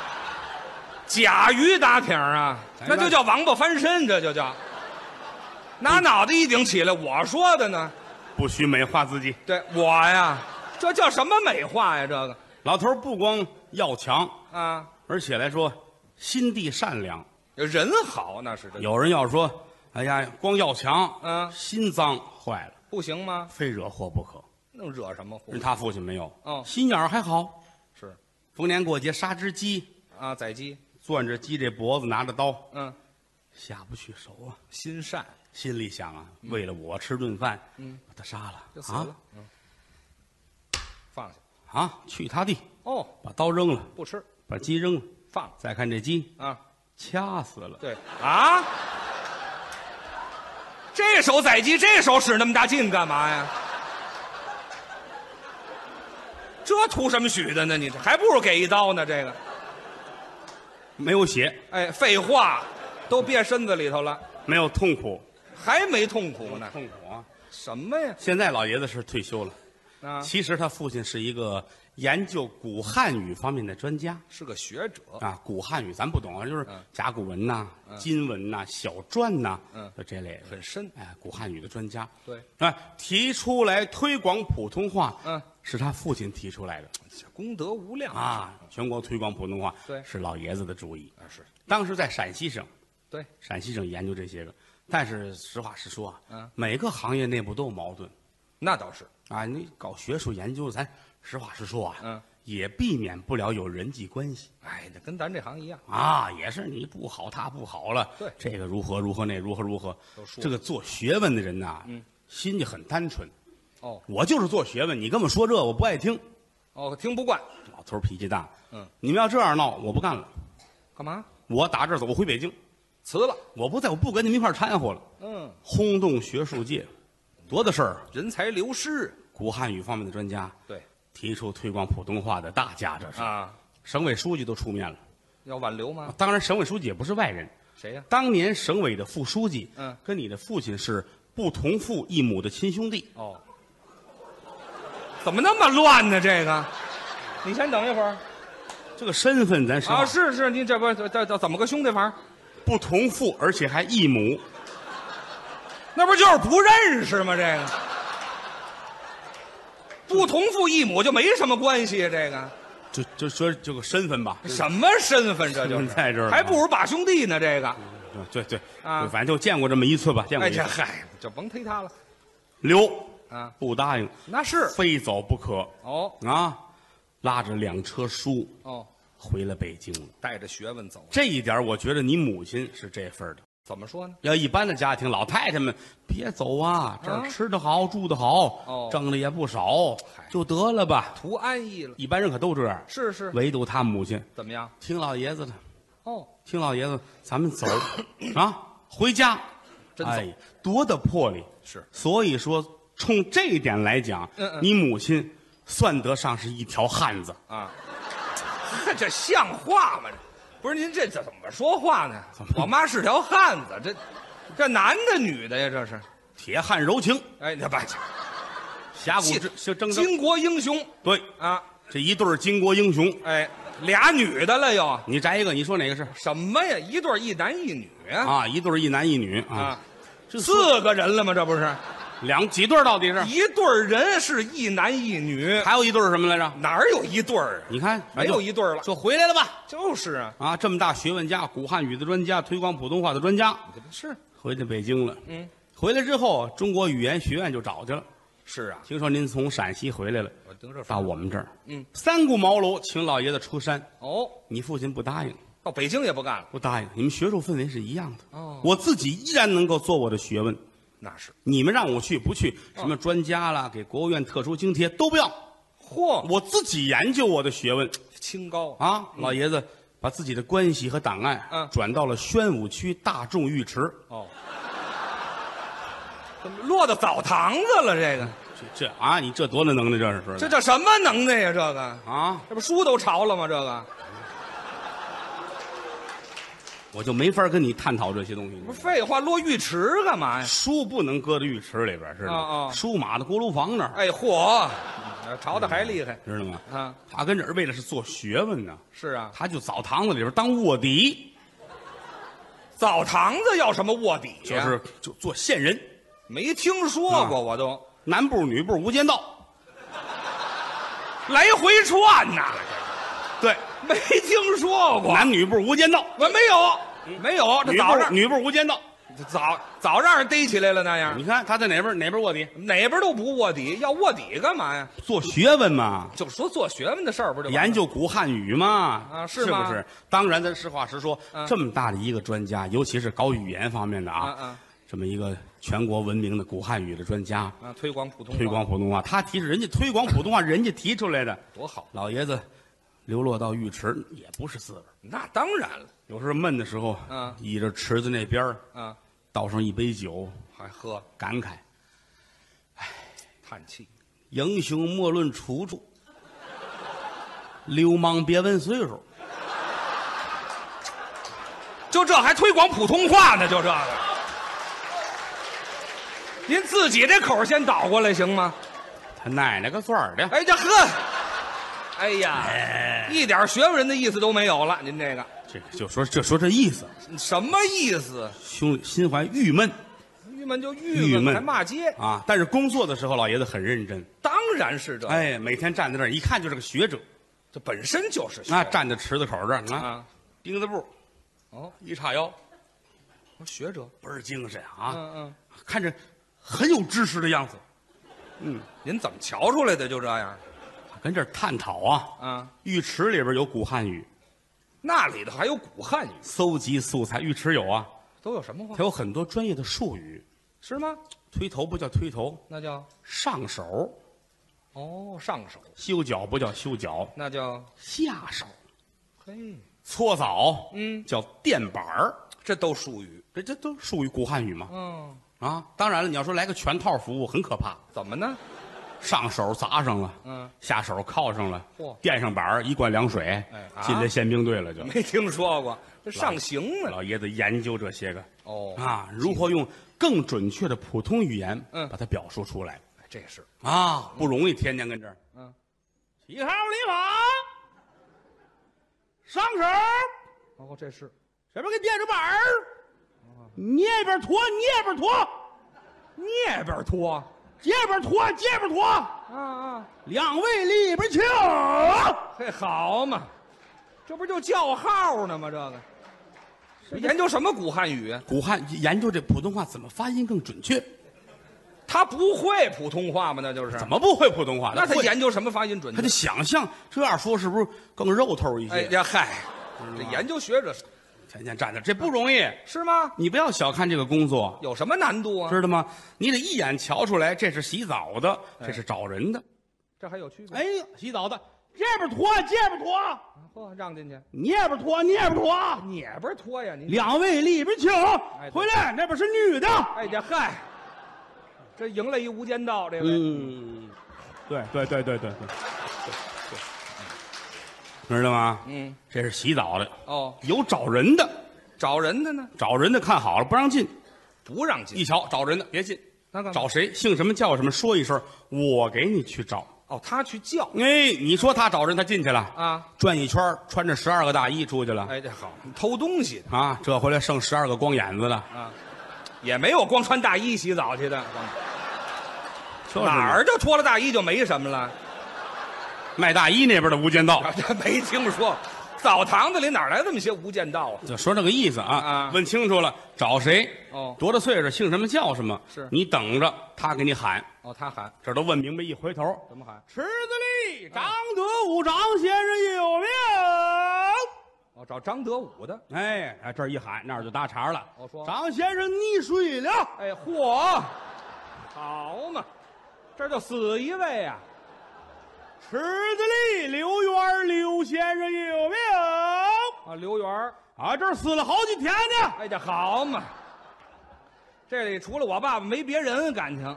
[SPEAKER 2] 甲鱼打挺啊，
[SPEAKER 1] 甲鱼打
[SPEAKER 2] 那就叫王八翻身，这就叫拿脑袋一顶起来，我说的呢，”，
[SPEAKER 1] 不许美化自己。
[SPEAKER 2] 对我呀，这叫什么美化呀？这个
[SPEAKER 1] 老头儿不光要强，
[SPEAKER 2] 啊，
[SPEAKER 1] 而且来说心地善良。
[SPEAKER 2] 人好那是真的，
[SPEAKER 1] 有人要说：“哎呀，光要强，
[SPEAKER 2] 嗯
[SPEAKER 1] 心脏坏了，
[SPEAKER 2] 不行吗？
[SPEAKER 1] 非惹祸不可。
[SPEAKER 2] 能惹什么祸”？
[SPEAKER 1] 他父亲没有，
[SPEAKER 2] 哦
[SPEAKER 1] 心眼儿还好。
[SPEAKER 2] 是
[SPEAKER 1] 逢年过节杀只鸡，
[SPEAKER 2] 啊，宰鸡，
[SPEAKER 1] 攥着鸡这脖子，拿着刀，
[SPEAKER 2] 嗯，
[SPEAKER 1] 下不去手啊。
[SPEAKER 2] 心善
[SPEAKER 1] 心里想啊，为了我吃顿饭，
[SPEAKER 2] 嗯，
[SPEAKER 1] 把他杀了，
[SPEAKER 2] 就死了，嗯，放下
[SPEAKER 1] 啊啊！去他地，
[SPEAKER 2] 哦，
[SPEAKER 1] 把刀扔了，
[SPEAKER 2] 不吃，
[SPEAKER 1] 把鸡扔了。
[SPEAKER 2] 放了
[SPEAKER 1] 再看这鸡，
[SPEAKER 2] 啊。
[SPEAKER 1] 掐死了。
[SPEAKER 2] 对啊，这手宰鸡，这手使那么大劲干嘛呀？这图什么许的呢？你这还不如给一刀呢。这个，
[SPEAKER 1] 没有血，
[SPEAKER 2] 哎，废话，都憋身子里头了，
[SPEAKER 1] 没有痛苦，
[SPEAKER 2] 还没痛苦呢？
[SPEAKER 1] 痛苦啊！
[SPEAKER 2] 什么呀？
[SPEAKER 1] 现在老爷子是退休了，
[SPEAKER 2] 啊，
[SPEAKER 1] 其实他父亲是一个研究古汉语方面的专家
[SPEAKER 2] 是个学者，
[SPEAKER 1] 啊。古汉语咱不懂啊，就是
[SPEAKER 2] 哦嗯
[SPEAKER 1] 甲骨文呐、金文呐、小篆呐、
[SPEAKER 2] 嗯
[SPEAKER 1] 就这类的。
[SPEAKER 2] 很深。
[SPEAKER 1] 哎，古汉语的专家，
[SPEAKER 2] 对，
[SPEAKER 1] 啊，提出来推广普通话，
[SPEAKER 2] 嗯，
[SPEAKER 1] 是他父亲提出来的
[SPEAKER 2] 功德无量！
[SPEAKER 1] 啊。全国推广普通话，
[SPEAKER 2] 对
[SPEAKER 1] 是老爷子的主意。
[SPEAKER 2] 啊是，
[SPEAKER 1] 当时在陕西省，
[SPEAKER 2] 对，
[SPEAKER 1] 陕西省研究这些个，但是实话实说啊，
[SPEAKER 2] 嗯
[SPEAKER 1] 每个行业内部都有矛盾
[SPEAKER 2] 那倒是，
[SPEAKER 1] 啊。你搞学术研究，咱实话实说啊，
[SPEAKER 2] 嗯，
[SPEAKER 1] 也避免不了有人际关系
[SPEAKER 2] 哎，这跟咱这行一样，
[SPEAKER 1] 啊，也是你不好，他不好了，
[SPEAKER 2] 对
[SPEAKER 1] 这个如何如何，那如何如何
[SPEAKER 2] 都，说
[SPEAKER 1] 这个做学问的人呐，嗯，心就很单纯。
[SPEAKER 2] 哦
[SPEAKER 1] 我就是做学问，你跟我说这我不爱听。
[SPEAKER 2] 哦，听不惯，
[SPEAKER 1] 老头儿脾气大，
[SPEAKER 2] 嗯，
[SPEAKER 1] 你们要这样闹，我不干了，
[SPEAKER 2] 干嘛？
[SPEAKER 1] 我打这儿走，我回北京，
[SPEAKER 2] 辞了，
[SPEAKER 1] 我不在，我不跟你们一块儿掺和了，
[SPEAKER 2] 嗯，
[SPEAKER 1] 轰动学术界，多大事儿啊！
[SPEAKER 2] 人才流失，
[SPEAKER 1] 古汉语方面的专家
[SPEAKER 2] 对
[SPEAKER 1] 提出推广普通话的大家，这是
[SPEAKER 2] 啊，
[SPEAKER 1] 省委书记都出面了。
[SPEAKER 2] 要挽留吗？
[SPEAKER 1] 当然，省委书记也不是外人，
[SPEAKER 2] 谁呀？
[SPEAKER 1] 当年省委的副书记，
[SPEAKER 2] 嗯
[SPEAKER 1] 跟你的父亲是不同父异母的亲兄弟。
[SPEAKER 2] 哦，怎么那么乱呢？这个，你先等一会儿
[SPEAKER 1] 这个身份咱说
[SPEAKER 2] 啊！是是，您这不这这这怎么个兄弟法？
[SPEAKER 1] 不同父，而且还异母，
[SPEAKER 2] 那不就是不认识吗？这个不同父异母就没什么关系啊！这个
[SPEAKER 1] 就就说这个身份吧。
[SPEAKER 2] 什么身份？这就
[SPEAKER 1] 身
[SPEAKER 2] 是
[SPEAKER 1] 份 在这儿呢
[SPEAKER 2] 还不如把兄弟呢！这个，
[SPEAKER 1] 对对
[SPEAKER 2] 啊
[SPEAKER 1] 对反正就见过这么一次吧，见过
[SPEAKER 2] 哎，
[SPEAKER 1] 一次
[SPEAKER 2] 这。嗨，就甭推他了
[SPEAKER 1] 留
[SPEAKER 2] 啊！
[SPEAKER 1] 不答应，
[SPEAKER 2] 那是
[SPEAKER 1] 非走不可
[SPEAKER 2] 哦
[SPEAKER 1] 啊！拉着两车书
[SPEAKER 2] 哦，
[SPEAKER 1] 回了北京了。
[SPEAKER 2] 带着学问走，
[SPEAKER 1] 这一点，我觉得你母亲是这份儿的。
[SPEAKER 2] 怎么说呢？
[SPEAKER 1] 要一般的家庭，老太太们别走啊，这
[SPEAKER 2] 啊
[SPEAKER 1] 儿吃得好，住得好，
[SPEAKER 2] 哦
[SPEAKER 1] 挣的也不少
[SPEAKER 2] 嗨，
[SPEAKER 1] 就得了吧。
[SPEAKER 2] 图安逸了，
[SPEAKER 1] 一般人可都这样，
[SPEAKER 2] 是是，
[SPEAKER 1] 唯独他母亲
[SPEAKER 2] 怎么样？
[SPEAKER 1] 听老爷子的，
[SPEAKER 2] 哦，
[SPEAKER 1] 听老爷子，咱们走啊，回家。
[SPEAKER 2] 真走
[SPEAKER 1] 哎呀，多大魄力！
[SPEAKER 2] 是
[SPEAKER 1] 所以说，冲这一点来讲，
[SPEAKER 2] 嗯嗯
[SPEAKER 1] 你母亲算得上是一条汉子。
[SPEAKER 2] 啊， 这像话吗？不是您这这怎么说话呢？我妈是条汉子，这这男的女的呀？这是，
[SPEAKER 1] 铁汉柔情，
[SPEAKER 2] 哎，那把
[SPEAKER 1] 侠骨之就
[SPEAKER 2] 巾
[SPEAKER 1] 争争。
[SPEAKER 2] 巾帼英雄
[SPEAKER 1] 对，
[SPEAKER 2] 啊，
[SPEAKER 1] 这一对儿巾帼英雄，
[SPEAKER 2] 哎，俩女的了又
[SPEAKER 1] 你摘一个，你说哪个是？
[SPEAKER 2] 什么呀？一对儿一男一女啊
[SPEAKER 1] 啊，一对儿一男一女啊
[SPEAKER 2] 啊，，
[SPEAKER 1] 这
[SPEAKER 2] 四个人了吗？这不是
[SPEAKER 1] 两几对儿到底是？
[SPEAKER 2] 一对儿人是一男一女，
[SPEAKER 1] 还有一对儿是什么来着？
[SPEAKER 2] 哪儿有一对儿啊？
[SPEAKER 1] 你看，
[SPEAKER 2] 没有一对儿了，
[SPEAKER 1] 说回来了吧？
[SPEAKER 2] 就是啊，
[SPEAKER 1] 啊，这么大学问家，古汉语的专家，推广普通话的专家，
[SPEAKER 2] 是
[SPEAKER 1] 回到北京了。
[SPEAKER 2] 嗯，
[SPEAKER 1] 回来之后，中国语言学院就找去了。
[SPEAKER 2] 是啊，
[SPEAKER 1] 听说您从陕西回来了，
[SPEAKER 2] 我得这
[SPEAKER 1] 到我们这儿，
[SPEAKER 2] 嗯，
[SPEAKER 1] 三顾茅庐，请老爷子出山，
[SPEAKER 2] 哦，
[SPEAKER 1] 你父亲不答应，
[SPEAKER 2] 到北京也不干了，
[SPEAKER 1] 不答应。你们学术氛围是一样的，
[SPEAKER 2] 哦
[SPEAKER 1] 我自己依然能够做我的学问。
[SPEAKER 2] 那是
[SPEAKER 1] 你们让我去不去？
[SPEAKER 2] 哦
[SPEAKER 1] 什么专家啦，给国务院特殊津贴都不要，
[SPEAKER 2] 嚯，
[SPEAKER 1] 我自己研究我的学问
[SPEAKER 2] 清高啊，
[SPEAKER 1] 啊！老爷子把自己的关系和档案
[SPEAKER 2] 嗯
[SPEAKER 1] 转到了宣武区大众浴池，
[SPEAKER 2] 哦，怎么落到澡堂子了？这个
[SPEAKER 1] 这这啊，你这多大能耐？这是说
[SPEAKER 2] 这
[SPEAKER 1] 的
[SPEAKER 2] 叫什么能耐呀？这个
[SPEAKER 1] 啊，
[SPEAKER 2] 这不书都潮了吗？这个
[SPEAKER 1] 我就没法跟你探讨这些东西。
[SPEAKER 2] 不是废话，落浴池干嘛呀？
[SPEAKER 1] 书不能搁在浴池里边，知道
[SPEAKER 2] 啊
[SPEAKER 1] 吗？
[SPEAKER 2] 啊
[SPEAKER 1] 书码在锅炉房那儿，
[SPEAKER 2] 哎嚯，潮的还厉害
[SPEAKER 1] 知道吗？
[SPEAKER 2] 啊！
[SPEAKER 1] 他跟这儿为了是做学问呢，
[SPEAKER 2] 是啊，
[SPEAKER 1] 他就澡堂子里边当卧底，
[SPEAKER 2] 澡堂子要什么卧底
[SPEAKER 1] 就
[SPEAKER 2] 呀？
[SPEAKER 1] 是就做线人，
[SPEAKER 2] 没听说过，
[SPEAKER 1] 啊
[SPEAKER 2] 我都
[SPEAKER 1] 男部女部无间道，
[SPEAKER 2] 来回串呐，
[SPEAKER 1] 对，
[SPEAKER 2] 没听说过，
[SPEAKER 1] 男女部无间道，
[SPEAKER 2] 我没有，没有，这
[SPEAKER 1] 女
[SPEAKER 2] 早
[SPEAKER 1] 部
[SPEAKER 2] 上
[SPEAKER 1] 女部无间道。
[SPEAKER 2] 早早让人逮起来了那样。
[SPEAKER 1] 你看他在哪边哪边卧底
[SPEAKER 2] 哪边都不卧底，要卧底干嘛呀？
[SPEAKER 1] 做学问嘛，
[SPEAKER 2] 就说做学问的事儿，不就完了
[SPEAKER 1] 研究古汉语嘛，
[SPEAKER 2] 啊是
[SPEAKER 1] 是不
[SPEAKER 2] 吗
[SPEAKER 1] 是？当然，咱实话实说，
[SPEAKER 2] 嗯
[SPEAKER 1] 这么大的一个专家，尤其是搞语言方面的啊，
[SPEAKER 2] 嗯嗯
[SPEAKER 1] 这么一个全国闻名的古汉语的专家，
[SPEAKER 2] 啊？推广普通话
[SPEAKER 1] 推广普通话，他提出人家推广普通话，人家提出来的。
[SPEAKER 2] 多好，
[SPEAKER 1] 老爷子流落到浴池也不是滋味儿
[SPEAKER 2] 那当然了
[SPEAKER 1] 有时候闷的时候，
[SPEAKER 2] 嗯
[SPEAKER 1] 倚着池子那边儿
[SPEAKER 2] 啊，
[SPEAKER 1] 倒上一杯酒，
[SPEAKER 2] 还喝
[SPEAKER 1] 感慨
[SPEAKER 2] 叹气，
[SPEAKER 1] 英雄莫论出处，流氓别问岁数。
[SPEAKER 2] 就这还推广普通话呢，就这个。您自己这口儿先倒过来行吗？
[SPEAKER 1] 他奶奶个算儿的！
[SPEAKER 2] 哎呀呵，哎呀，一点学问人的意思都没有了。您这个
[SPEAKER 1] 这就说这说这意思，
[SPEAKER 2] 什么意思？
[SPEAKER 1] 兄弟心怀郁闷
[SPEAKER 2] 郁闷就郁
[SPEAKER 1] 郁
[SPEAKER 2] 闷，
[SPEAKER 1] 闷
[SPEAKER 2] 还骂街？
[SPEAKER 1] 啊。但是工作的时候，老爷子很认真，
[SPEAKER 2] 当然是这，
[SPEAKER 1] 哎，每天站在那儿一看就是个学者。
[SPEAKER 2] 这本身就是学
[SPEAKER 1] 那站在池子口这儿，啊，
[SPEAKER 2] 啊。
[SPEAKER 1] 钉子步，
[SPEAKER 2] 哦，
[SPEAKER 1] 一叉腰，
[SPEAKER 2] 我说学者，
[SPEAKER 1] 倍儿精神啊，
[SPEAKER 2] 嗯嗯，
[SPEAKER 1] 看着很有知识的样子，
[SPEAKER 2] 您怎么瞧出来的？就这样
[SPEAKER 1] 跟这儿探讨啊。
[SPEAKER 2] 啊？
[SPEAKER 1] 浴池里边有古汉语，
[SPEAKER 2] 那里头还有古汉语，
[SPEAKER 1] 搜集素材。浴池有啊，
[SPEAKER 2] 都有什么话
[SPEAKER 1] 它？有很多专业的术语。
[SPEAKER 2] 是吗？
[SPEAKER 1] 推头不叫推头，
[SPEAKER 2] 那叫
[SPEAKER 1] 上手
[SPEAKER 2] 哦，上手，
[SPEAKER 1] 修脚不叫修脚，
[SPEAKER 2] 那叫
[SPEAKER 1] 下手
[SPEAKER 2] 嘿，
[SPEAKER 1] 搓澡，
[SPEAKER 2] 嗯，
[SPEAKER 1] 叫垫板儿。
[SPEAKER 2] 这都术语。
[SPEAKER 1] 这这都属于古汉语嘛？
[SPEAKER 2] 嗯，
[SPEAKER 1] 啊，当然了，你要说来个全套服务很可怕，
[SPEAKER 2] 怎么呢？
[SPEAKER 1] 上手砸上了，
[SPEAKER 2] 嗯，
[SPEAKER 1] 下手铐上了
[SPEAKER 2] 嚯，
[SPEAKER 1] 垫上板儿，一灌凉水，
[SPEAKER 2] 哎啊
[SPEAKER 1] 进这宪兵队了就。
[SPEAKER 2] 没听说过，这上刑呢？
[SPEAKER 1] 老爷子研究这些个
[SPEAKER 2] 哦，
[SPEAKER 1] 啊，如何用更准确的普通语言，
[SPEAKER 2] 嗯
[SPEAKER 1] 把它表述出来
[SPEAKER 2] 这是
[SPEAKER 1] 啊，不容易，天天跟这儿，
[SPEAKER 2] 嗯，
[SPEAKER 1] 起号礼法，上手，
[SPEAKER 2] 哦，这是
[SPEAKER 1] 前面给垫着板儿，捏边拖，捏边拖，
[SPEAKER 2] 那边拖
[SPEAKER 1] 接边拖，接边拖。
[SPEAKER 2] 啊啊，
[SPEAKER 1] 两位里边请。
[SPEAKER 2] 嘿，好嘛，这不就叫号呢吗？这个这研究什么古汉语啊？
[SPEAKER 1] 古汉研究这普通话怎么发音更准确，
[SPEAKER 2] 他不会普通话吗？那就是
[SPEAKER 1] 怎么不会普通话？
[SPEAKER 2] 那他
[SPEAKER 1] 会
[SPEAKER 2] 研究什么发音准
[SPEAKER 1] 他
[SPEAKER 2] 确
[SPEAKER 1] 就？想象这样说是不是更肉头一
[SPEAKER 2] 哎
[SPEAKER 1] 些？
[SPEAKER 2] 呀嗨，这研究学者是
[SPEAKER 1] 天天站着这不容易，
[SPEAKER 2] 是吗？
[SPEAKER 1] 你不要小看这个工作，
[SPEAKER 2] 有什么难度啊？
[SPEAKER 1] 知道吗？你得一眼瞧出来，这是洗澡的，
[SPEAKER 2] 哎
[SPEAKER 1] 这是找人的。
[SPEAKER 2] 这还有区别？啊
[SPEAKER 1] 哎呦，洗澡的这边拖，这边拖，
[SPEAKER 2] 嚯，让进去，
[SPEAKER 1] 那边拖，那边拖，
[SPEAKER 2] 你不是拖呀？你
[SPEAKER 1] 两位里边请。
[SPEAKER 2] 对
[SPEAKER 1] 回来，那边是女的。
[SPEAKER 2] 哎呀嗨，这迎了一《无间道》这位，
[SPEAKER 1] 嗯，对对对对对对，知道吗？
[SPEAKER 2] 嗯，
[SPEAKER 1] 这是洗澡的，
[SPEAKER 2] 哦，
[SPEAKER 1] 有找人的，
[SPEAKER 2] 找人的呢
[SPEAKER 1] 找人的看好了不让进，
[SPEAKER 2] 不让
[SPEAKER 1] 一
[SPEAKER 2] 进，
[SPEAKER 1] 瞧找人的别进，
[SPEAKER 2] 那干嘛
[SPEAKER 1] 找谁姓什么叫什么说一声，我给你去找。
[SPEAKER 2] 哦，他去叫
[SPEAKER 1] 哎，你说他找人，他进去了，
[SPEAKER 2] 啊，
[SPEAKER 1] 转一圈穿着十二个大衣出去了，
[SPEAKER 2] 哎，这好偷东西的
[SPEAKER 1] 啊，这回来剩十二个光眼子了，
[SPEAKER 2] 啊，也没有光穿大衣洗澡去的，
[SPEAKER 1] 就是
[SPEAKER 2] 哪儿就脱了大衣就没什么了，
[SPEAKER 1] 卖大衣那边的《无间道
[SPEAKER 2] 啊这没听说，澡堂子里哪来这么些无间道啊？》，
[SPEAKER 1] 就说这个意思啊，
[SPEAKER 2] 啊
[SPEAKER 1] 问清楚了找谁，
[SPEAKER 2] 哦
[SPEAKER 1] 多大岁数，姓什么叫什么，
[SPEAKER 2] 是
[SPEAKER 1] 你等着他给你喊。
[SPEAKER 2] 哦，他喊
[SPEAKER 1] 这都问明白，一回头，
[SPEAKER 2] 怎么喊？
[SPEAKER 1] 池子里张德武张先生有命。
[SPEAKER 2] 哦，找张德武的，
[SPEAKER 1] 哎，哎，这儿一喊，那儿就搭茬了。
[SPEAKER 2] 我说
[SPEAKER 1] 张先生溺水了，
[SPEAKER 2] 哎，嚯，好嘛，这就死一位呀、
[SPEAKER 1] 池子里刘元刘先生有命。
[SPEAKER 2] 啊！啊，刘源儿，
[SPEAKER 1] 啊，这儿死了好几天呢。
[SPEAKER 2] 哎呀，好嘛，这里除了我爸爸没别人，感情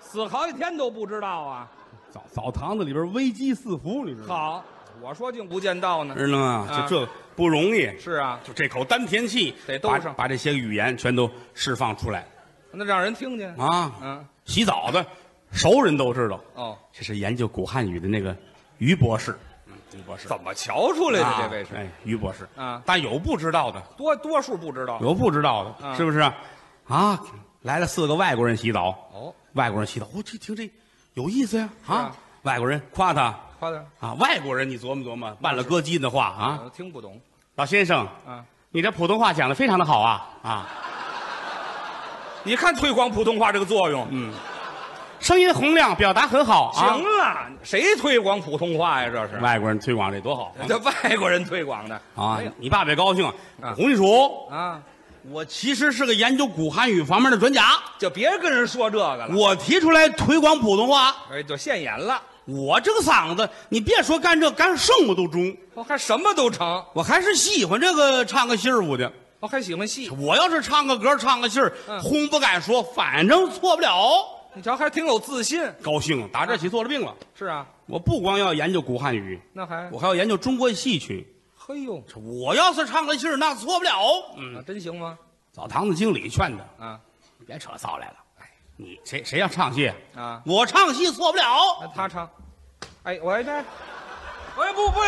[SPEAKER 2] 死好几天都不知道啊。
[SPEAKER 1] 澡澡堂子里边危机四伏，你知道吗？
[SPEAKER 2] 好，我说竟不见道呢。
[SPEAKER 1] 知道吗？
[SPEAKER 2] 啊
[SPEAKER 1] 就这不容易，
[SPEAKER 2] 是啊，
[SPEAKER 1] 就这口丹田气，
[SPEAKER 2] 得兜
[SPEAKER 1] 把
[SPEAKER 2] 上
[SPEAKER 1] 把这些语言全都释放出来
[SPEAKER 2] 那让人听见。
[SPEAKER 1] 啊。
[SPEAKER 2] 嗯，
[SPEAKER 1] 洗澡的熟人都知道，
[SPEAKER 2] 哦，
[SPEAKER 1] 这是研究古汉语的那个于博士，嗯于博士，
[SPEAKER 2] 怎么瞧出来的？
[SPEAKER 1] 啊
[SPEAKER 2] 这位是
[SPEAKER 1] 哎，于博士
[SPEAKER 2] 啊
[SPEAKER 1] 但有不知道的，
[SPEAKER 2] 多多数不知道。
[SPEAKER 1] 有不知道的，
[SPEAKER 2] 嗯
[SPEAKER 1] 是不是啊？啊，来了四个外国人洗澡，
[SPEAKER 2] 哦，
[SPEAKER 1] 外国人洗澡，我、这听这有意思呀啊
[SPEAKER 2] 啊
[SPEAKER 1] 外国人夸他
[SPEAKER 2] 夸点儿，
[SPEAKER 1] 啊，外国人你琢磨琢
[SPEAKER 2] 哦
[SPEAKER 1] 磨，拌了歌姬的话啊，
[SPEAKER 2] 我听不懂
[SPEAKER 1] 老先生，
[SPEAKER 2] 啊。
[SPEAKER 1] 你这普通话讲的非常的好啊啊，
[SPEAKER 2] 你看推广普通话这个作用。
[SPEAKER 1] 声音洪亮，表达很好嗯啊。
[SPEAKER 2] 行了，谁推广普通话呀？这是
[SPEAKER 1] 外国人推广这多好
[SPEAKER 2] 这外国人推广的
[SPEAKER 1] 嗯啊！
[SPEAKER 2] 哎呀
[SPEAKER 1] 你爸别高兴，
[SPEAKER 2] 啊
[SPEAKER 1] 我跟你说，
[SPEAKER 2] 啊，
[SPEAKER 1] 我其实是个研究古汉语方面的专家，
[SPEAKER 2] 就别跟人说这个了。
[SPEAKER 1] 我提出来推广普通话，
[SPEAKER 2] 哎，就现眼了，
[SPEAKER 1] 我这个嗓子，你别说干这干什么都中，
[SPEAKER 2] 我哦还什么都成，
[SPEAKER 1] 我还是喜欢这个唱个戏儿舞的。
[SPEAKER 2] 我还喜欢戏。
[SPEAKER 1] 我要是唱个歌唱个戏儿，
[SPEAKER 2] 嗯
[SPEAKER 1] 轰不敢说，反正错不了。
[SPEAKER 2] 你瞧，还挺有自信。
[SPEAKER 1] 高兴，打这起做了病了。
[SPEAKER 2] 是啊，
[SPEAKER 1] 我不光要研究古汉语，
[SPEAKER 2] 那还
[SPEAKER 1] 我还要研究中国戏曲，
[SPEAKER 2] 嘿呦，
[SPEAKER 1] 这我要是唱个戏儿那错不了。嗯，
[SPEAKER 2] 啊真行吗？
[SPEAKER 1] 澡堂子经理劝他，
[SPEAKER 2] 啊，
[SPEAKER 1] 别扯骚来了。你谁谁要唱戏
[SPEAKER 2] 哎啊
[SPEAKER 1] 我唱戏错不
[SPEAKER 2] 那
[SPEAKER 1] 了。
[SPEAKER 2] 他唱，哎，我这，哎不不，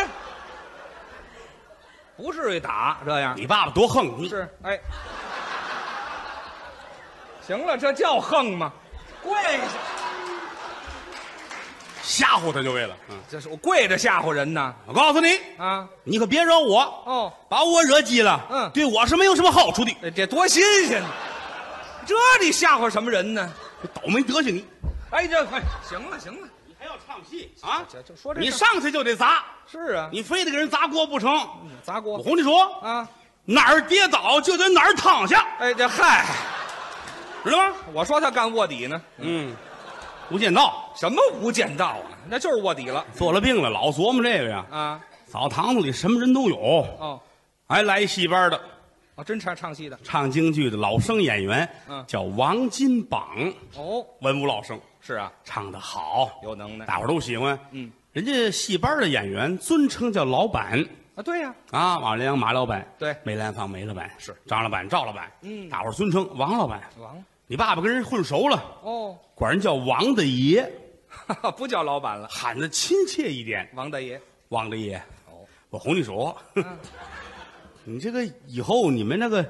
[SPEAKER 2] 不至于打这样，
[SPEAKER 1] 你爸爸多横，你
[SPEAKER 2] 是哎，行了，这叫横吗？跪下，
[SPEAKER 1] 吓唬他就对了。嗯，
[SPEAKER 2] 这是我跪着吓唬人呢
[SPEAKER 1] 我告诉你，
[SPEAKER 2] 啊！
[SPEAKER 1] 你可别惹我，
[SPEAKER 2] 哦，
[SPEAKER 1] 把我惹急了，
[SPEAKER 2] 嗯
[SPEAKER 1] 对我是没有什么好处的。
[SPEAKER 2] 这这多新鲜呢！这你吓唬什么人呢？
[SPEAKER 1] 倒霉德行你，
[SPEAKER 2] 哎，这快行了行了，
[SPEAKER 1] 你还要唱戏啊？
[SPEAKER 2] 这就说这
[SPEAKER 1] 你
[SPEAKER 2] 事儿
[SPEAKER 1] 上去就得砸，
[SPEAKER 2] 是啊，
[SPEAKER 1] 你非得给人砸锅不成？
[SPEAKER 2] 砸
[SPEAKER 1] 我
[SPEAKER 2] 锅
[SPEAKER 1] 哄你说，
[SPEAKER 2] 啊！
[SPEAKER 1] 哪儿跌倒就得哪儿躺下，
[SPEAKER 2] 哎，这嗨，
[SPEAKER 1] 知道吗？
[SPEAKER 2] 我说他干卧底呢，
[SPEAKER 1] 嗯，无间道
[SPEAKER 2] 什么无间道啊？那就是卧底了
[SPEAKER 1] 做了病了，老琢磨这个呀。
[SPEAKER 2] 啊！
[SPEAKER 1] 澡堂子里什么人都有，
[SPEAKER 2] 哦，
[SPEAKER 1] 还来一戏班的，
[SPEAKER 2] 哦，真唱唱戏的
[SPEAKER 1] 唱京剧的老生演员，
[SPEAKER 2] 嗯
[SPEAKER 1] 叫王金榜，
[SPEAKER 2] 哦，
[SPEAKER 1] 文武老生，
[SPEAKER 2] 是啊，
[SPEAKER 1] 唱得好，
[SPEAKER 2] 有能耐
[SPEAKER 1] 大伙儿都喜欢。
[SPEAKER 2] 嗯，
[SPEAKER 1] 人家戏班的演员尊称叫老板
[SPEAKER 2] 啊！对呀，
[SPEAKER 1] 啊，马连良马老板，
[SPEAKER 2] 对
[SPEAKER 1] 梅兰芳梅老板是张老板赵老板，
[SPEAKER 2] 嗯
[SPEAKER 1] 大伙儿尊称王老板。
[SPEAKER 2] 王
[SPEAKER 1] 你爸爸跟人混熟了，
[SPEAKER 2] 哦，
[SPEAKER 1] 管人叫王大爷，
[SPEAKER 2] 不叫老板了，
[SPEAKER 1] 喊的亲切一点。
[SPEAKER 2] 王大爷。
[SPEAKER 1] 王大爷，
[SPEAKER 2] 哦，
[SPEAKER 1] 我哄你说，
[SPEAKER 2] 嗯
[SPEAKER 1] 你这个以后你们那个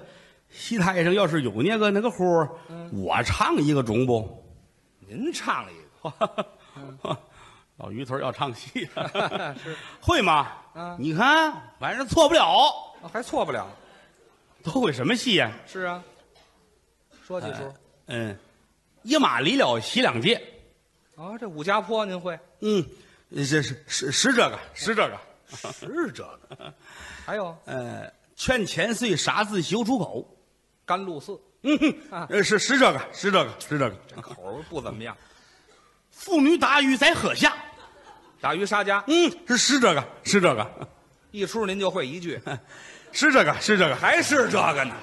[SPEAKER 1] 戏台上要是有那个那个活儿
[SPEAKER 2] 嗯
[SPEAKER 1] 我唱一个中不？
[SPEAKER 2] 您唱一个
[SPEAKER 1] 老于头要唱戏
[SPEAKER 2] 是
[SPEAKER 1] 会吗？
[SPEAKER 2] 嗯
[SPEAKER 1] 你看晚上错不了，
[SPEAKER 2] 哦还错不了。
[SPEAKER 1] 都会什么戏呀、
[SPEAKER 2] 是啊，哎说几出？
[SPEAKER 1] 嗯，一马离了洗两街。
[SPEAKER 2] 哦，这武家坡您会？
[SPEAKER 1] 嗯，这是是是这个是这个，
[SPEAKER 2] 是这个。 还有
[SPEAKER 1] 呃，劝钱岁啥字修出口。
[SPEAKER 2] 甘露 寺，
[SPEAKER 1] 嗯哼
[SPEAKER 2] 啊，
[SPEAKER 1] 呃是是这个，是这个，是这个。
[SPEAKER 2] 这口儿不怎么样。
[SPEAKER 1] 妇女打鱼在河下，
[SPEAKER 2] 打渔杀家
[SPEAKER 1] 嗯，是是这个，是这个，
[SPEAKER 2] 一出您就会一 句，
[SPEAKER 1] 是这个，是这 个，
[SPEAKER 2] 还是这个呢？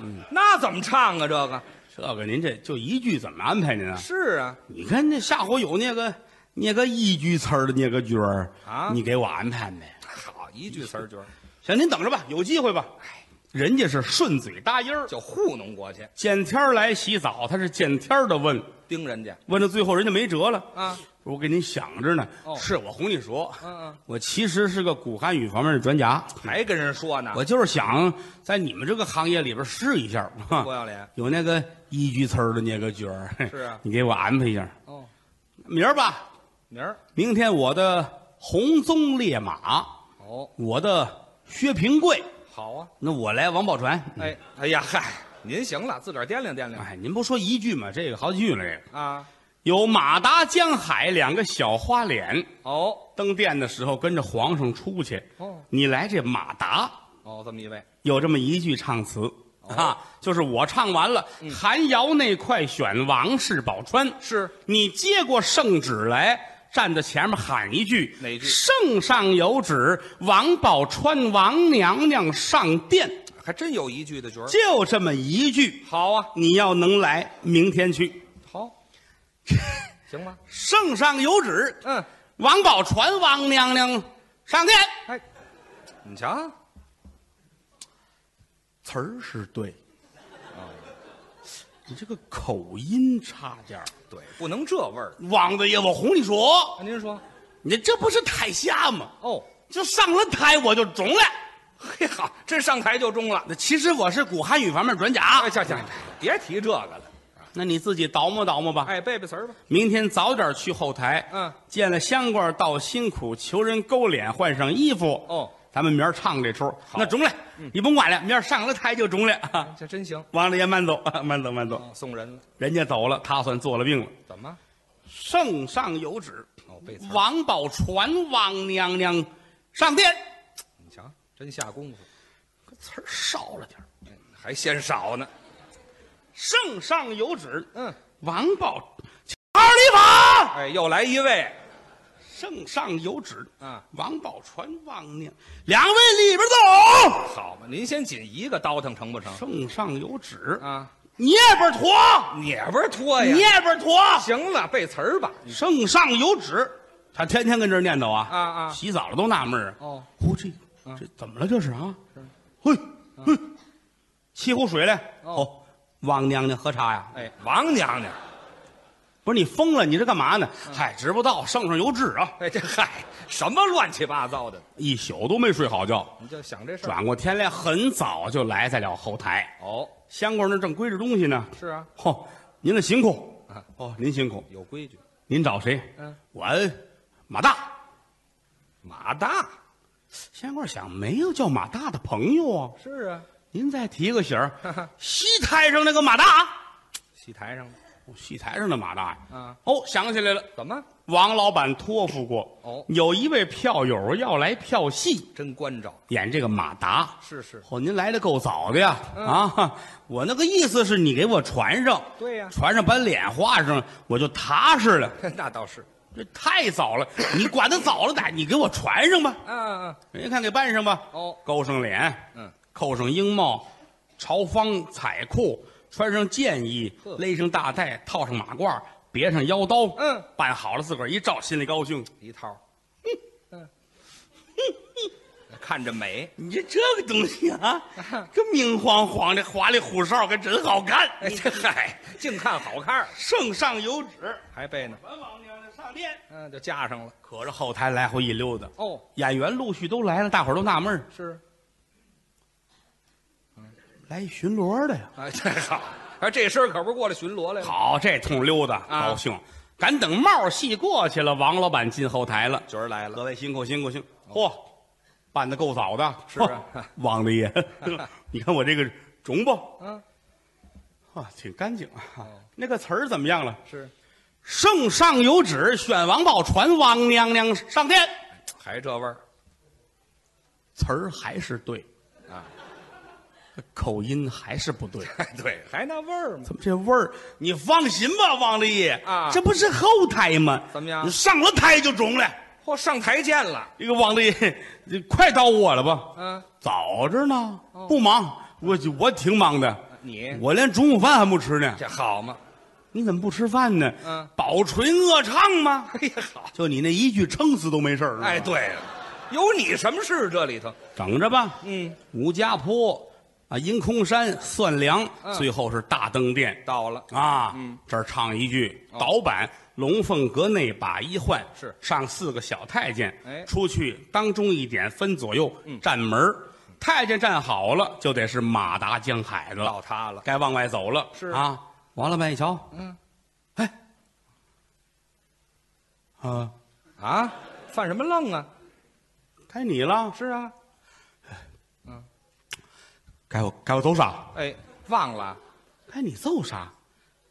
[SPEAKER 2] 嗯，那怎么唱啊？这个
[SPEAKER 1] 这个您这就一句怎么安排您啊？
[SPEAKER 2] 是啊，
[SPEAKER 1] 你看这下回有那个那个一句词儿的那个角儿
[SPEAKER 2] 啊
[SPEAKER 1] 你给我安排呗。
[SPEAKER 2] 好一句词儿句儿
[SPEAKER 1] 行，您等着吧，有机会吧。
[SPEAKER 2] 哎
[SPEAKER 1] 人家是顺嘴搭音儿，
[SPEAKER 2] 就糊弄过去，
[SPEAKER 1] 见天儿来洗澡，他是见天儿的问，
[SPEAKER 2] 盯人家
[SPEAKER 1] 问到最后人家没辙了。
[SPEAKER 2] 啊。
[SPEAKER 1] 我给您想着呢，
[SPEAKER 2] 哦
[SPEAKER 1] 是我哄你说，
[SPEAKER 2] 嗯嗯，哎
[SPEAKER 1] 我其实是个古汉语方面的专家。
[SPEAKER 2] 还跟人说呢，
[SPEAKER 1] 我就是想在你们这个行业里边试一下，哈
[SPEAKER 2] 不要脸。
[SPEAKER 1] 有那个一句词儿的那个角儿，
[SPEAKER 2] 是啊
[SPEAKER 1] 你给我安排一下。
[SPEAKER 2] 哦，
[SPEAKER 1] 明儿吧，
[SPEAKER 2] 明儿
[SPEAKER 1] 明天我的红鬃烈马，
[SPEAKER 2] 哦，
[SPEAKER 1] 我的薛平贵，
[SPEAKER 2] 好啊。
[SPEAKER 1] 那我来王宝钏。
[SPEAKER 2] 哎，哎呀，嗨，您行了，自个儿掂量掂量
[SPEAKER 1] 嗯哎，您不说一句吗？这个好几句了，这个
[SPEAKER 2] 啊。
[SPEAKER 1] 有马达江海两个小花脸，
[SPEAKER 2] 哦
[SPEAKER 1] 登殿的时候跟着皇上出去。
[SPEAKER 2] 哦
[SPEAKER 1] 你来这马达，
[SPEAKER 2] 哦，这么一位，
[SPEAKER 1] 有这么一句唱词、
[SPEAKER 2] 哦
[SPEAKER 1] 啊，就是我唱完了，
[SPEAKER 2] 嗯
[SPEAKER 1] 韩瑶那快选王氏宝钏
[SPEAKER 2] 是
[SPEAKER 1] 你接过圣旨来，站在前面喊一句，
[SPEAKER 2] 哪句
[SPEAKER 1] 圣上有旨，王宝钏王娘娘上殿，
[SPEAKER 2] 还真有一句的角儿。
[SPEAKER 1] 就这么一句。
[SPEAKER 2] 好啊，
[SPEAKER 1] 你要能来，明天去。
[SPEAKER 2] 好， 行吗？
[SPEAKER 1] 圣上有旨，
[SPEAKER 2] 嗯，
[SPEAKER 1] 王宝钏王娘娘上殿。
[SPEAKER 2] 哎，你瞧，
[SPEAKER 1] 词儿是对，哦你这个口音差点儿
[SPEAKER 2] 对，不能这味儿。
[SPEAKER 1] 王大爷，我哄你说。
[SPEAKER 2] 啊您说，
[SPEAKER 1] 你这不是台下吗？
[SPEAKER 2] 哦，
[SPEAKER 1] 就上了台我就中了。
[SPEAKER 2] 嘿好，这上台就中了。
[SPEAKER 1] 那其实我是古汉语方面专家
[SPEAKER 2] 哎，。行行，别提这个了。
[SPEAKER 1] 那你自己倒磨倒磨吧。
[SPEAKER 2] 哎，背背词儿吧。
[SPEAKER 1] 明天早点去后台。
[SPEAKER 2] 嗯，
[SPEAKER 1] 见了香官道辛苦，求人勾脸换上衣服。
[SPEAKER 2] 哦，
[SPEAKER 1] 咱们明儿唱这出。那中了，你甭管了，明儿上了台就中 了。
[SPEAKER 2] 这真行。
[SPEAKER 1] 王大爷慢走， 慢走，慢走。
[SPEAKER 2] 哦，送人了，
[SPEAKER 1] 人家走了，他算做了病了。
[SPEAKER 2] 怎么？
[SPEAKER 1] 圣上有旨，
[SPEAKER 2] 哦，背词儿。
[SPEAKER 1] 王宝钏王娘娘上殿。
[SPEAKER 2] 你瞧，真下功夫，
[SPEAKER 1] 词儿少了点儿
[SPEAKER 2] 哎还嫌少呢。
[SPEAKER 1] 圣上有旨，
[SPEAKER 2] 嗯，
[SPEAKER 1] 王宝二里法，
[SPEAKER 2] 哎，又来一位。
[SPEAKER 1] 圣上有旨
[SPEAKER 2] 啊！
[SPEAKER 1] 王宝钏、王娘，两位里边走。
[SPEAKER 2] 好嘛，您先紧一个倒腾成不成？
[SPEAKER 1] 圣上有旨，
[SPEAKER 2] 啊，
[SPEAKER 1] 你也边驮，
[SPEAKER 2] 也不是拖
[SPEAKER 1] 你
[SPEAKER 2] 呀。
[SPEAKER 1] 也边驮。
[SPEAKER 2] 行了，背词儿吧。
[SPEAKER 1] 圣上有旨，他天天跟这儿念叨啊
[SPEAKER 2] 啊啊
[SPEAKER 1] 洗澡了都纳闷儿啊
[SPEAKER 2] 哦，
[SPEAKER 1] 呼这这怎么了？这是啊？嘿，嘿，沏壶水来。
[SPEAKER 2] 啊哦，
[SPEAKER 1] 王娘娘喝茶呀？
[SPEAKER 2] 哎，王娘娘，
[SPEAKER 1] 不是你疯了？你这干嘛呢？
[SPEAKER 2] 啊
[SPEAKER 1] 嗨，知不道，圣上有旨啊！
[SPEAKER 2] 哎，这嗨，什么乱七八糟的？
[SPEAKER 1] 一宿都没睡好觉，
[SPEAKER 2] 你就想这事儿。
[SPEAKER 1] 转过天来很早就来在了后台。
[SPEAKER 2] 哦，
[SPEAKER 1] 香官那儿正归置东西呢。
[SPEAKER 2] 是啊，
[SPEAKER 1] 嚯、您的辛苦
[SPEAKER 2] 啊。
[SPEAKER 1] 哦，您辛苦。
[SPEAKER 2] 有规矩。
[SPEAKER 1] 您找谁？
[SPEAKER 2] 嗯，
[SPEAKER 1] 我马大。
[SPEAKER 2] 马大
[SPEAKER 1] 仙官想，没有叫马大的朋友啊。
[SPEAKER 2] 是啊，
[SPEAKER 1] 您再提个 醒儿，
[SPEAKER 2] 哈哈，
[SPEAKER 1] 戏台上那个马大啊，
[SPEAKER 2] 戏台上的
[SPEAKER 1] 哦戏台上的马大呀、
[SPEAKER 2] 啊，
[SPEAKER 1] 哦，想起来了，
[SPEAKER 2] 怎么
[SPEAKER 1] 王老板托付过，
[SPEAKER 2] 哦
[SPEAKER 1] 有一位票友要来票戏，
[SPEAKER 2] 真关照？
[SPEAKER 1] 演这个马达。
[SPEAKER 2] 是是，
[SPEAKER 1] 哦，您来的够早的呀！
[SPEAKER 2] 嗯
[SPEAKER 1] 啊，我那个意思是你给我传上，
[SPEAKER 2] 对呀
[SPEAKER 1] 传上把脸画上，我就踏实了。
[SPEAKER 2] 那倒是。
[SPEAKER 1] 这太早了，你管的早了歹，你给我传上吧。
[SPEAKER 2] 嗯嗯，
[SPEAKER 1] 人家看给办上吧。
[SPEAKER 2] 哦
[SPEAKER 1] 勾上脸，
[SPEAKER 2] 嗯，
[SPEAKER 1] 扣上缨帽，朝方彩裤，穿上箭衣
[SPEAKER 2] 呵，
[SPEAKER 1] 勒上大带，套上马褂，别上腰刀。
[SPEAKER 2] 嗯，
[SPEAKER 1] 办好了，自个儿一照，心里高兴。
[SPEAKER 2] 一套。 嗯， 看着美。
[SPEAKER 1] 你这这个东西啊，这明晃晃的华丽虎哨，可真好看。
[SPEAKER 2] 哎，这嗨，净看好看儿，
[SPEAKER 1] 圣上有旨，
[SPEAKER 2] 还背呢。
[SPEAKER 1] 本王娘娘上殿。
[SPEAKER 2] 嗯，就加上了。
[SPEAKER 1] 可是后台来回一溜达，
[SPEAKER 2] 哦，
[SPEAKER 1] 演员陆续都来了，大伙儿都纳闷儿
[SPEAKER 2] 是
[SPEAKER 1] 来巡逻的呀。
[SPEAKER 2] 哎，这好，啊，这身儿可不是过来巡逻来了。，
[SPEAKER 1] 好，这通溜达
[SPEAKER 2] 啊
[SPEAKER 1] 高兴，赶等帽戏过去了，王老板进后台了。
[SPEAKER 2] 角儿来了。哦
[SPEAKER 1] 各位辛苦辛苦辛苦，嚯，办的够早的，
[SPEAKER 2] 是啊
[SPEAKER 1] 嚯王大 爷，你看我这个中不？
[SPEAKER 2] 嗯，哦
[SPEAKER 1] 啊，挺干净啊。那个词儿怎么样了？
[SPEAKER 2] 是，
[SPEAKER 1] 圣上有旨，选王宝传王娘娘上殿。
[SPEAKER 2] 还这味儿
[SPEAKER 1] 词儿还是对，
[SPEAKER 2] 啊？
[SPEAKER 1] 口音还是不对。
[SPEAKER 2] 哎，对，还那味儿吗？
[SPEAKER 1] 怎么这味儿？你放心吧，王立
[SPEAKER 2] 啊
[SPEAKER 1] 这不是后台吗？
[SPEAKER 2] 怎么样
[SPEAKER 1] 你上了台就中了。
[SPEAKER 2] 嚯，上台见了。
[SPEAKER 1] 这个王立，你快到我了吧？
[SPEAKER 2] 嗯，
[SPEAKER 1] 早着呢，不忙，我就我挺忙的，
[SPEAKER 2] 哦你
[SPEAKER 1] 我连中午饭还不吃呢。
[SPEAKER 2] 这好嘛？
[SPEAKER 1] 你怎么不吃饭呢？
[SPEAKER 2] 嗯
[SPEAKER 1] 饱唇饿唱吗？
[SPEAKER 2] 哎呀，好。
[SPEAKER 1] 就你那一句撑死都没事儿。
[SPEAKER 2] 哎，，对了，有你什么事这里头？
[SPEAKER 1] 等着吧。
[SPEAKER 2] 嗯，
[SPEAKER 1] 吴家坡啊，阴空山、算粮，
[SPEAKER 2] 嗯
[SPEAKER 1] 最后是大登殿。
[SPEAKER 2] 到了。
[SPEAKER 1] 啊，这儿唱一句，倒板龙凤阁内把一换，
[SPEAKER 2] 哦是
[SPEAKER 1] 上四个小太监，
[SPEAKER 2] 哎嗯
[SPEAKER 1] 出去当中一点分左右站门儿太监站好了就得是马达江海的
[SPEAKER 2] 到
[SPEAKER 1] 了，
[SPEAKER 2] 他了，
[SPEAKER 1] 该往外走了，
[SPEAKER 2] 是
[SPEAKER 1] 啊，王老板一瞧，嗯，哎，啊，
[SPEAKER 2] 啊，犯什么愣啊？
[SPEAKER 1] 该你了，
[SPEAKER 2] 是啊，
[SPEAKER 1] 该我该我走啥？
[SPEAKER 2] 哎，忘了，
[SPEAKER 1] 该你奏啥？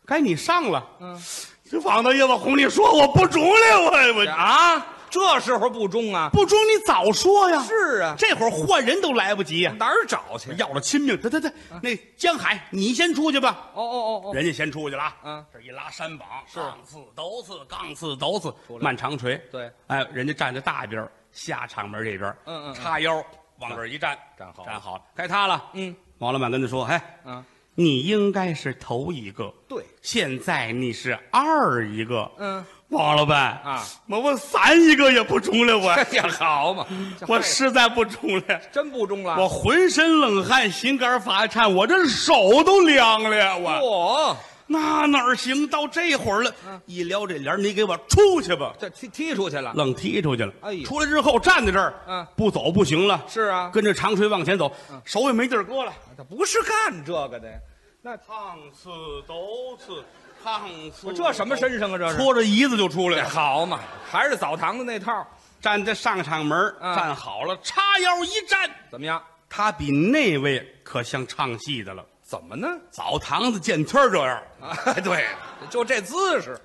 [SPEAKER 1] 该你上了，
[SPEAKER 2] 嗯，
[SPEAKER 1] 这王大爷，我哄你说我不中了，我我
[SPEAKER 2] 啊，这时候不中啊？
[SPEAKER 1] 不中你早说呀，
[SPEAKER 2] 是啊，
[SPEAKER 1] 这会儿换人都来不及呀、
[SPEAKER 2] 哪儿找去？啊
[SPEAKER 1] 要了亲命！对对对，那江海，你先出去吧。
[SPEAKER 2] 哦哦啊哦哦，
[SPEAKER 1] 人家先出去了啊！
[SPEAKER 2] 嗯
[SPEAKER 1] 这一拉山膀，
[SPEAKER 2] 是
[SPEAKER 1] 杠刺、斗刺、杠刺、斗刺，
[SPEAKER 2] 出来
[SPEAKER 1] 慢长锤。
[SPEAKER 2] 对，
[SPEAKER 1] 哎，人家站在大边儿下场门这边儿，
[SPEAKER 2] 嗯嗯嗯
[SPEAKER 1] 叉腰往这儿一站，
[SPEAKER 2] 站好了
[SPEAKER 1] 站好了，该他了。
[SPEAKER 2] 嗯，
[SPEAKER 1] 王老板跟他说：“哎，
[SPEAKER 2] 啊，
[SPEAKER 1] 你应该是头一个，
[SPEAKER 2] 对，
[SPEAKER 1] 现在你是二一个。
[SPEAKER 2] 嗯，
[SPEAKER 1] 王老板
[SPEAKER 2] 啊，
[SPEAKER 1] 我我三一个也不中了，我
[SPEAKER 2] 这也哎好嘛，嗯这
[SPEAKER 1] 我
[SPEAKER 2] 坏事
[SPEAKER 1] 实在不中了。”
[SPEAKER 2] 真不中了。
[SPEAKER 1] 我浑身冷汗，心肝发颤，我这手都凉了呀！我
[SPEAKER 2] 嚯，
[SPEAKER 1] 那哪儿行？到这会儿了，
[SPEAKER 2] 嗯
[SPEAKER 1] 一撩这帘儿，你给我出去吧！
[SPEAKER 2] 这踢踢出去了。
[SPEAKER 1] 愣踢出去了。
[SPEAKER 2] 嗯哎呦
[SPEAKER 1] 出来之后站在这儿，
[SPEAKER 2] 嗯
[SPEAKER 1] 不走不行了，
[SPEAKER 2] 是啊，嗯
[SPEAKER 1] 跟着长锤往前走，手也没地儿搁了。
[SPEAKER 2] 他不是干这个的，那
[SPEAKER 1] 烫刺抖刺，烫刺
[SPEAKER 2] 这什么身上啊？这是
[SPEAKER 1] 搓着椅子就出来了，
[SPEAKER 2] 好嘛，还是澡堂子那套，
[SPEAKER 1] 站在上场门儿，
[SPEAKER 2] 嗯
[SPEAKER 1] 站好了，叉腰一站，
[SPEAKER 2] 怎么样？
[SPEAKER 1] 他比那位可像唱戏的了。
[SPEAKER 2] 怎么呢？
[SPEAKER 1] 澡堂子见天儿这样，哎
[SPEAKER 2] 啊，对，就这姿势，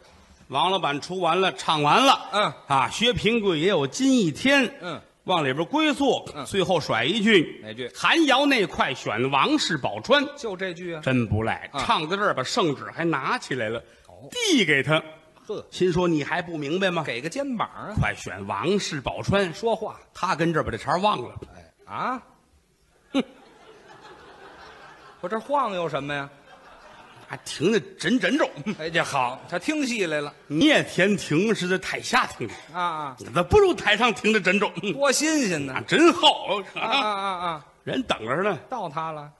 [SPEAKER 1] 王老板出完了，唱完了，
[SPEAKER 2] 嗯
[SPEAKER 1] 啊，薛平贵也有今一天，
[SPEAKER 2] 嗯，
[SPEAKER 1] 往里边归宿，
[SPEAKER 2] 嗯
[SPEAKER 1] 最后甩一句
[SPEAKER 2] 哪句
[SPEAKER 1] 韩瑶那块选王氏宝钏，
[SPEAKER 2] 就这句啊。
[SPEAKER 1] 真不赖，
[SPEAKER 2] 啊
[SPEAKER 1] 唱到这儿把圣旨还拿起来了，
[SPEAKER 2] 哦
[SPEAKER 1] 递给他，
[SPEAKER 2] 呵，
[SPEAKER 1] 心说你还不明白吗？
[SPEAKER 2] 给个肩膀啊，
[SPEAKER 1] 快选王氏宝钏，
[SPEAKER 2] 说话。
[SPEAKER 1] 他跟这儿把这茬忘了，
[SPEAKER 2] 哎啊，哼，我这晃悠什么呀？
[SPEAKER 1] 啊，停的真真 着。
[SPEAKER 2] 哎，这好，他听戏来了
[SPEAKER 1] 你也天停是在台下停的，
[SPEAKER 2] 啊，
[SPEAKER 1] 那不如台上停的真着，
[SPEAKER 2] 多新鲜呢
[SPEAKER 1] 啊，！真好啊！
[SPEAKER 2] 啊啊啊啊！
[SPEAKER 1] 人等着呢，
[SPEAKER 2] 到他了，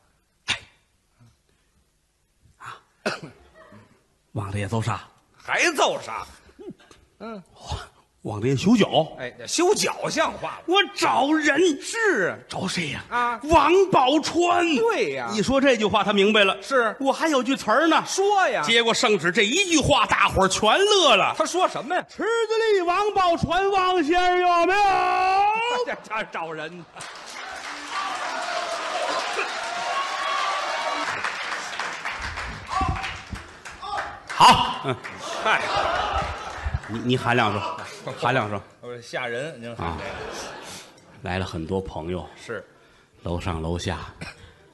[SPEAKER 1] 往里走啥？
[SPEAKER 2] 还奏啥？嗯，
[SPEAKER 1] 往里修脚。
[SPEAKER 2] 哎，这修脚像话吗？
[SPEAKER 1] 我找人
[SPEAKER 2] 是
[SPEAKER 1] 找谁呀？
[SPEAKER 2] 啊
[SPEAKER 1] 王宝钏。
[SPEAKER 2] 对呀
[SPEAKER 1] 一说这句话，他明白了。
[SPEAKER 2] 是
[SPEAKER 1] 我还有句词儿呢。
[SPEAKER 2] 说呀，
[SPEAKER 1] 接过圣旨，这一句话，大伙儿全乐了。
[SPEAKER 2] 他说什么呀？
[SPEAKER 1] 池子里王宝钏王先生有没有？
[SPEAKER 2] 这这哎找人呢，
[SPEAKER 1] 好，嗯，
[SPEAKER 2] 嗨，
[SPEAKER 1] 你你喊两声，喊两声。啊
[SPEAKER 2] 我说吓人，您看这个
[SPEAKER 1] 来了很多朋友，
[SPEAKER 2] 是
[SPEAKER 1] 楼上楼下，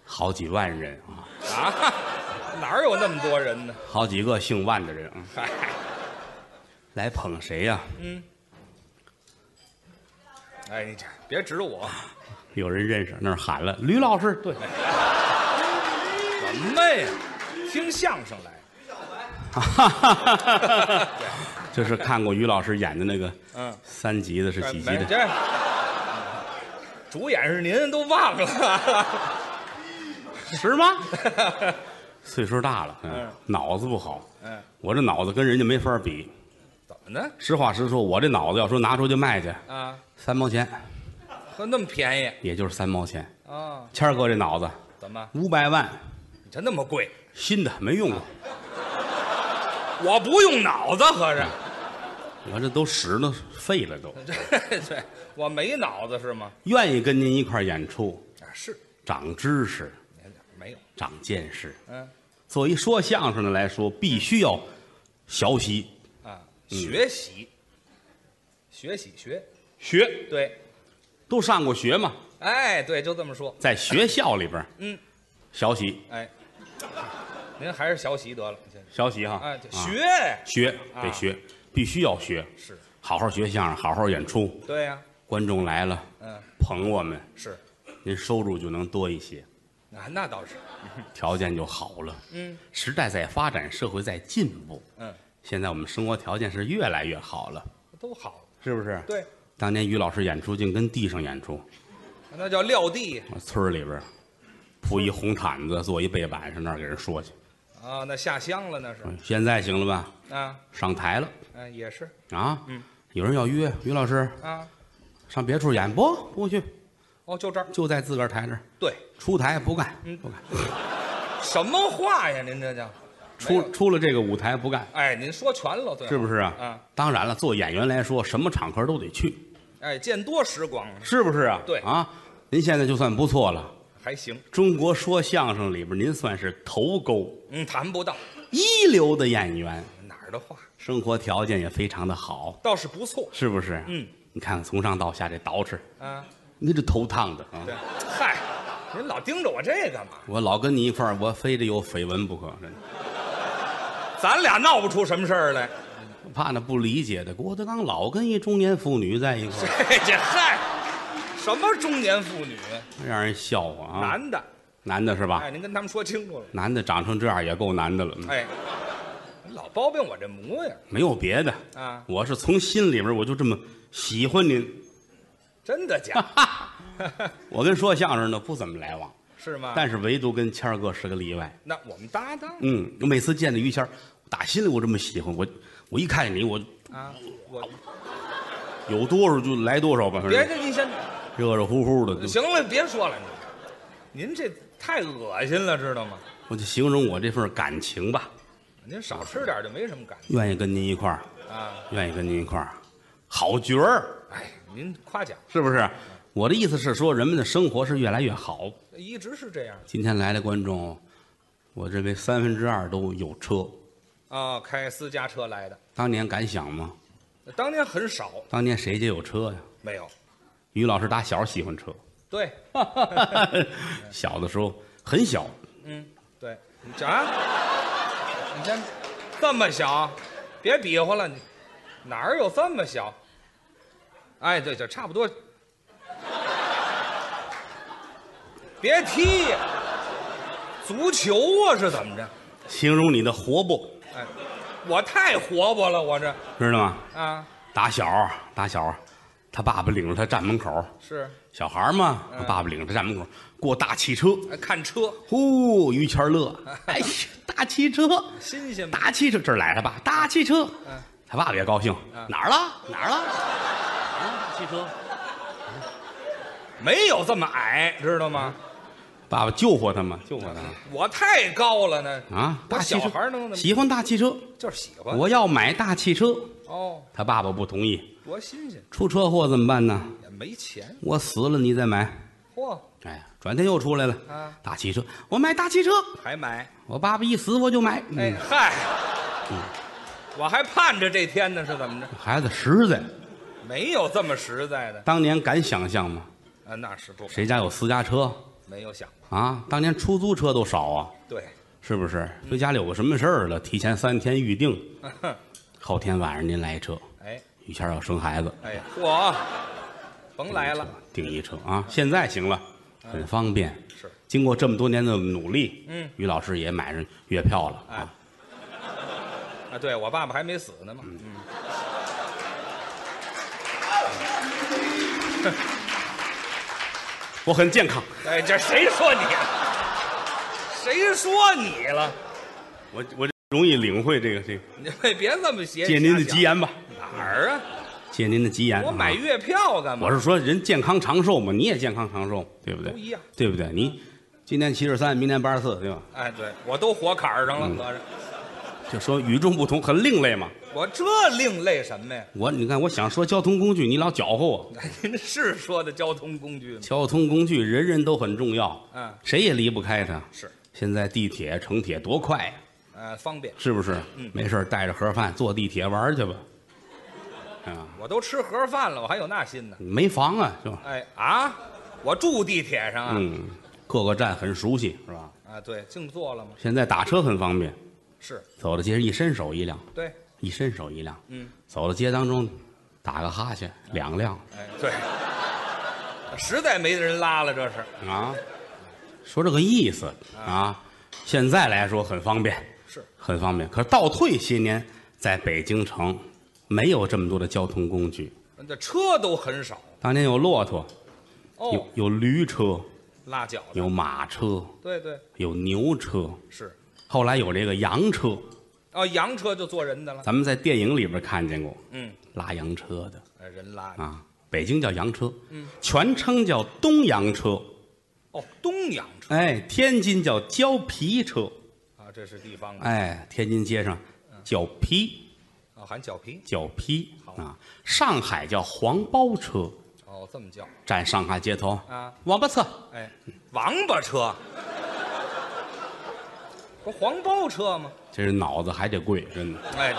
[SPEAKER 1] 好几万人啊，
[SPEAKER 2] 啊， 哪有那么多人呢？
[SPEAKER 1] 好几个姓万的人啊，
[SPEAKER 2] 嗨，
[SPEAKER 1] 来捧谁呀、
[SPEAKER 2] 哎，你这别指我，
[SPEAKER 1] 有人认识，那儿喊了吕老师，对，
[SPEAKER 2] 什么呀？听相声来，
[SPEAKER 1] 这是看过于老师演的那个
[SPEAKER 2] 嗯，
[SPEAKER 1] 三级的，是几级
[SPEAKER 2] 哎没
[SPEAKER 1] 的？
[SPEAKER 2] 这主演是您，都忘了。
[SPEAKER 1] 是吗？岁数大了，嗯
[SPEAKER 2] 嗯，
[SPEAKER 1] 脑子不好，
[SPEAKER 2] 嗯，
[SPEAKER 1] 我这脑子跟人家没法比。
[SPEAKER 2] 怎么呢？
[SPEAKER 1] 实话实说，我这脑子要说拿出去卖去，
[SPEAKER 2] 啊，
[SPEAKER 1] 三毛钱，
[SPEAKER 2] 喝那么便宜
[SPEAKER 1] 也就是三毛钱。
[SPEAKER 2] 啊？
[SPEAKER 1] 谦儿哥这脑子
[SPEAKER 2] 怎么？
[SPEAKER 1] 五百万，
[SPEAKER 2] 你这那么贵？
[SPEAKER 1] 新的没用过，
[SPEAKER 2] 我不用脑子，合着
[SPEAKER 1] 我这都使了废了都。
[SPEAKER 2] 这这我没脑子是吗？
[SPEAKER 1] 愿意跟您一块儿演出，
[SPEAKER 2] 啊，是，
[SPEAKER 1] 长知识，
[SPEAKER 2] 你看没有，
[SPEAKER 1] 长见识。
[SPEAKER 2] 嗯
[SPEAKER 1] 作为说相声的来说，必须要学习
[SPEAKER 2] 啊，学习，学习学，
[SPEAKER 1] 学，
[SPEAKER 2] 对，
[SPEAKER 1] 都上过学嘛，
[SPEAKER 2] 哎，对，就这么说，
[SPEAKER 1] 在学校里边，
[SPEAKER 2] 嗯，
[SPEAKER 1] 学习
[SPEAKER 2] 哎， 您还是学习得了，这
[SPEAKER 1] 学习哈，
[SPEAKER 2] 哎，这
[SPEAKER 1] 啊
[SPEAKER 2] 学
[SPEAKER 1] 学
[SPEAKER 2] 啊
[SPEAKER 1] 得学，必须要学，
[SPEAKER 2] 是，
[SPEAKER 1] 好好学相声，好好演出。
[SPEAKER 2] 对呀，
[SPEAKER 1] 观众来了，
[SPEAKER 2] 嗯，
[SPEAKER 1] 捧我们，
[SPEAKER 2] 是，
[SPEAKER 1] 您收入就能多一些，
[SPEAKER 2] 啊，那倒是，
[SPEAKER 1] 条件就好了。
[SPEAKER 2] 嗯，
[SPEAKER 1] 时代在发展，社会在进步，
[SPEAKER 2] 嗯，
[SPEAKER 1] 现在我们生活条件是越来越好了，
[SPEAKER 2] 都好，
[SPEAKER 1] 是不是？。
[SPEAKER 2] 对，
[SPEAKER 1] 当年于老师演出竟跟地上演出，
[SPEAKER 2] 那叫撂地
[SPEAKER 1] 我村儿里边儿铺一红毯子，做一被板，上那儿给人说去。
[SPEAKER 2] 啊，那下乡了那是，
[SPEAKER 1] 现在行了吧？
[SPEAKER 2] 啊，
[SPEAKER 1] 上台了
[SPEAKER 2] 嗯，也是
[SPEAKER 1] 啊！有人要约于老师
[SPEAKER 2] 啊，
[SPEAKER 1] 上别处演，不不去，
[SPEAKER 2] 哦，就这儿，
[SPEAKER 1] 就在自个儿台这儿
[SPEAKER 2] 对，
[SPEAKER 1] 出台不干，
[SPEAKER 2] 嗯
[SPEAKER 1] 不干，
[SPEAKER 2] 什么话呀？您这叫没有
[SPEAKER 1] 出出了这个舞台不干，
[SPEAKER 2] 哎，您说全了，对，
[SPEAKER 1] 是不是啊？
[SPEAKER 2] 啊，
[SPEAKER 1] 当然了，做演员来说，什么场合都得去，
[SPEAKER 2] 哎，见多识广啊，
[SPEAKER 1] 是不是啊？
[SPEAKER 2] 对
[SPEAKER 1] 啊，您现在就算不错了。
[SPEAKER 2] 还行，
[SPEAKER 1] 中国说相声里边，您算是头钩
[SPEAKER 2] 嗯，谈不到
[SPEAKER 1] 一流的演员，
[SPEAKER 2] 哪儿的话，
[SPEAKER 1] 生活条件也非常的好。
[SPEAKER 2] 倒是不错
[SPEAKER 1] 是不是？
[SPEAKER 2] 嗯，
[SPEAKER 1] 你看看从上到下这捯饬，
[SPEAKER 2] 啊。
[SPEAKER 1] 你这头烫的啊！
[SPEAKER 2] 对，嗨，您老盯着我这干嘛？
[SPEAKER 1] 我老跟你一块儿，我非得有绯闻不可，真的。
[SPEAKER 2] 咱俩闹不出什么事儿来。
[SPEAKER 1] 怕那不理解的，郭德纲老跟一中年妇女在一块儿，
[SPEAKER 2] 这嗨，什么中年妇女，
[SPEAKER 1] 让人笑话啊！
[SPEAKER 2] 男的，
[SPEAKER 1] 男的是吧
[SPEAKER 2] 哎，？您跟他们说清楚了。
[SPEAKER 1] 男的长成这样也够难的了，嗯
[SPEAKER 2] 哎， 您老包庇我这模样
[SPEAKER 1] 没有别的
[SPEAKER 2] 啊
[SPEAKER 1] 我是从心里边我就这么喜欢您。
[SPEAKER 2] 真的假的？
[SPEAKER 1] 我跟说相声的不怎么来往，
[SPEAKER 2] 是吗？
[SPEAKER 1] 但是唯独跟谦儿哥是个例外。
[SPEAKER 2] 那我们搭档
[SPEAKER 1] 嗯，我每次见着于谦儿，打心里我这么喜欢我，我一看见你我
[SPEAKER 2] 啊，我
[SPEAKER 1] 有多少就来多少吧，反
[SPEAKER 2] 别
[SPEAKER 1] 正
[SPEAKER 2] 这您先
[SPEAKER 1] 热热乎乎的就。
[SPEAKER 2] 行了，别说了，您这太恶心了，知道吗？
[SPEAKER 1] 我就形容我这份感情吧，
[SPEAKER 2] 您少吃点就没什么感
[SPEAKER 1] 愿意跟您一块儿，
[SPEAKER 2] 觉啊。
[SPEAKER 1] 愿意跟您一块儿，好角儿，
[SPEAKER 2] 哎，您夸奖，
[SPEAKER 1] 是不是？我的意思是说，人们的生活是越来越好。
[SPEAKER 2] 一直是这样
[SPEAKER 1] 今天来的观众，我认为三分之二都有车。
[SPEAKER 2] 啊。开私家车来的，
[SPEAKER 1] 当年敢想吗？
[SPEAKER 2] 当年很少
[SPEAKER 1] 当年谁家有车呀？
[SPEAKER 2] 没有。
[SPEAKER 1] 于老师打小喜欢车，
[SPEAKER 2] 对，
[SPEAKER 1] 小的时候很小，
[SPEAKER 2] 嗯，对，你讲啊，你先这么小，别比划了，你哪儿有这么小？哎，对，就差不多。别踢足球啊，是怎么着？
[SPEAKER 1] 形容你的活泼，
[SPEAKER 2] 哎，我太活泼了，我这
[SPEAKER 1] 知道吗？
[SPEAKER 2] 啊
[SPEAKER 1] 打小打小，他爸爸领着他站门口，
[SPEAKER 2] 是
[SPEAKER 1] 小孩嘛，他爸爸领着他站门口过大汽车，
[SPEAKER 2] 哎看车
[SPEAKER 1] 呼，于谦儿乐，哎呀，大汽车，
[SPEAKER 2] 新鲜吧？
[SPEAKER 1] 大汽车，这儿来他爸，大汽车，
[SPEAKER 2] 嗯
[SPEAKER 1] 他爸爸也高兴，
[SPEAKER 2] 嗯
[SPEAKER 1] 哪儿了哪儿了？啊，汽车，
[SPEAKER 2] 没有这么矮，知道吗？
[SPEAKER 1] 爸爸救活他嘛，救活他
[SPEAKER 2] 我太高了呢
[SPEAKER 1] 啊！
[SPEAKER 2] 我
[SPEAKER 1] 大汽
[SPEAKER 2] 小
[SPEAKER 1] 车
[SPEAKER 2] 孩能怎么？
[SPEAKER 1] 喜欢大汽车，
[SPEAKER 2] 就是喜欢
[SPEAKER 1] 我要买大汽车，
[SPEAKER 2] 哦，
[SPEAKER 1] 他爸爸不同意，
[SPEAKER 2] 多新鲜，
[SPEAKER 1] 出车祸怎么办呢？
[SPEAKER 2] 也没钱，
[SPEAKER 1] 我死了你再买。
[SPEAKER 2] 嚯，
[SPEAKER 1] 哎呀，转天又出来了，
[SPEAKER 2] 啊
[SPEAKER 1] 大汽车，我买大汽车，
[SPEAKER 2] 还买？
[SPEAKER 1] 我爸爸一死我就买。嗯
[SPEAKER 2] 哎嗨，我还盼着这天呢，是怎么着？
[SPEAKER 1] 嗯孩子实在，
[SPEAKER 2] 没有这么实在的
[SPEAKER 1] 当年敢想象吗？
[SPEAKER 2] 啊，那是不
[SPEAKER 1] 谁家有私家车
[SPEAKER 2] 没有想过，
[SPEAKER 1] 啊？当年出租车都少啊，
[SPEAKER 2] 对，
[SPEAKER 1] 是不是？说家里有个什么事儿了，提前三天预定，
[SPEAKER 2] 哼
[SPEAKER 1] 后天晚上您来一车。
[SPEAKER 2] 哎
[SPEAKER 1] 于谦儿要生孩子，
[SPEAKER 2] 哎呀，嚯，甭来了，哎
[SPEAKER 1] 订一车啊！现在行了，很方便。
[SPEAKER 2] 是
[SPEAKER 1] 经过这么多年的努力，
[SPEAKER 2] 嗯，
[SPEAKER 1] 于老师也买上月票了
[SPEAKER 2] 哎
[SPEAKER 1] 啊。嗯
[SPEAKER 2] 啊，对我爸爸还没死呢嘛，嗯，
[SPEAKER 1] 我很健康，
[SPEAKER 2] 哎，这谁说你？谁说你了？
[SPEAKER 1] 我我容易领会这个这个。
[SPEAKER 2] 你别这么邪，
[SPEAKER 1] 借您的吉言吧，
[SPEAKER 2] 哪儿啊？
[SPEAKER 1] 借您的吉言。
[SPEAKER 2] 我
[SPEAKER 1] 啊
[SPEAKER 2] 买月票干嘛
[SPEAKER 1] 我？是说人健康长寿嘛，你也健康长寿，对不对？
[SPEAKER 2] 都一样嗯
[SPEAKER 1] 对不对？你今年七十三，明年八十四，对吧？
[SPEAKER 2] 哎，对我都活坎儿上
[SPEAKER 1] 嗯
[SPEAKER 2] 了，合着
[SPEAKER 1] 就说与众不同，很另类嘛。
[SPEAKER 2] 我这另类什么呀？
[SPEAKER 1] 我你看，我想说交通工具，你老搅和我。
[SPEAKER 2] 哎您是说的交通工具吗？
[SPEAKER 1] 交通工具人人都很重要，
[SPEAKER 2] 嗯
[SPEAKER 1] 谁也离不开它。
[SPEAKER 2] 是，
[SPEAKER 1] 现在地铁、城铁多快呀，
[SPEAKER 2] 呃，方便。
[SPEAKER 1] 是不是？没事儿带着盒饭坐地铁玩儿去吧。啊，
[SPEAKER 2] 我都吃盒饭了，我还有那心呢。
[SPEAKER 1] 没房啊，就
[SPEAKER 2] 哎啊，我住地铁上啊、
[SPEAKER 1] 嗯，各个站很熟悉，是吧？
[SPEAKER 2] 啊，对，净坐了吗？
[SPEAKER 1] 现在打车很方便，
[SPEAKER 2] 是
[SPEAKER 1] 走到街上一伸手一辆，
[SPEAKER 2] 对，
[SPEAKER 1] 一伸手一辆，
[SPEAKER 2] 嗯，
[SPEAKER 1] 走到街当中，打个哈欠，两辆
[SPEAKER 2] 哎对，实在没人拉了，这是
[SPEAKER 1] 啊，说这个意思啊。现在来说很方便，
[SPEAKER 2] 是
[SPEAKER 1] 很方便。可是倒退些年，在北京城没有这么多的交通工具，
[SPEAKER 2] 这车都很少
[SPEAKER 1] 当年有骆驼，有
[SPEAKER 2] 哦，
[SPEAKER 1] 有驴车，
[SPEAKER 2] 拉脚的，
[SPEAKER 1] 有马车，
[SPEAKER 2] 对对
[SPEAKER 1] 有牛车，
[SPEAKER 2] 是，
[SPEAKER 1] 后来有这个洋车，
[SPEAKER 2] 哦，洋车就坐人的了，
[SPEAKER 1] 咱们在电影里边看见过
[SPEAKER 2] 嗯，
[SPEAKER 1] 拉洋车的
[SPEAKER 2] 哎人拉的
[SPEAKER 1] 啊，北京叫洋车，全称叫东洋车。
[SPEAKER 2] 哦，东洋车
[SPEAKER 1] 哎，天津叫胶皮车，
[SPEAKER 2] 啊，这是地方的
[SPEAKER 1] 哎，天津街上叫皮
[SPEAKER 2] 啊，喊脚皮
[SPEAKER 1] 叫皮啊，上海叫黄包车，
[SPEAKER 2] 哦，这么叫
[SPEAKER 1] 站上海街头
[SPEAKER 2] 啊，
[SPEAKER 1] 王八车，
[SPEAKER 2] 哎，王 八车，不黄包车吗？
[SPEAKER 1] 这人脑子还得贵，真的
[SPEAKER 2] 哎，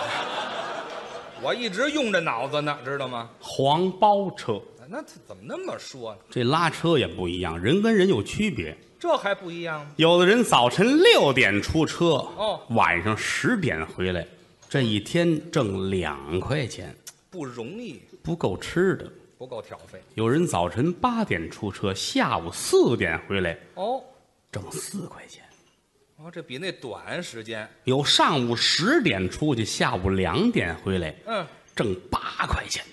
[SPEAKER 2] 我一直用着脑子呢，知道吗？
[SPEAKER 1] 黄包车，
[SPEAKER 2] 那他怎么那么说呢？
[SPEAKER 1] 这拉车也不一样，人跟人有区别，
[SPEAKER 2] 这还不一样吗？
[SPEAKER 1] 有的人早晨六点出车，
[SPEAKER 2] 哦
[SPEAKER 1] 晚上十点回来，这一天挣两块钱，
[SPEAKER 2] 不容易，
[SPEAKER 1] 不够吃的。
[SPEAKER 2] 不够挑费
[SPEAKER 1] 有人早晨八点出车，下午四点回来，
[SPEAKER 2] 哦。
[SPEAKER 1] 挣四块钱。
[SPEAKER 2] 哦，这比那短时间，
[SPEAKER 1] 有上午十点出去，下午两点回来，
[SPEAKER 2] 嗯，
[SPEAKER 1] 挣八块钱；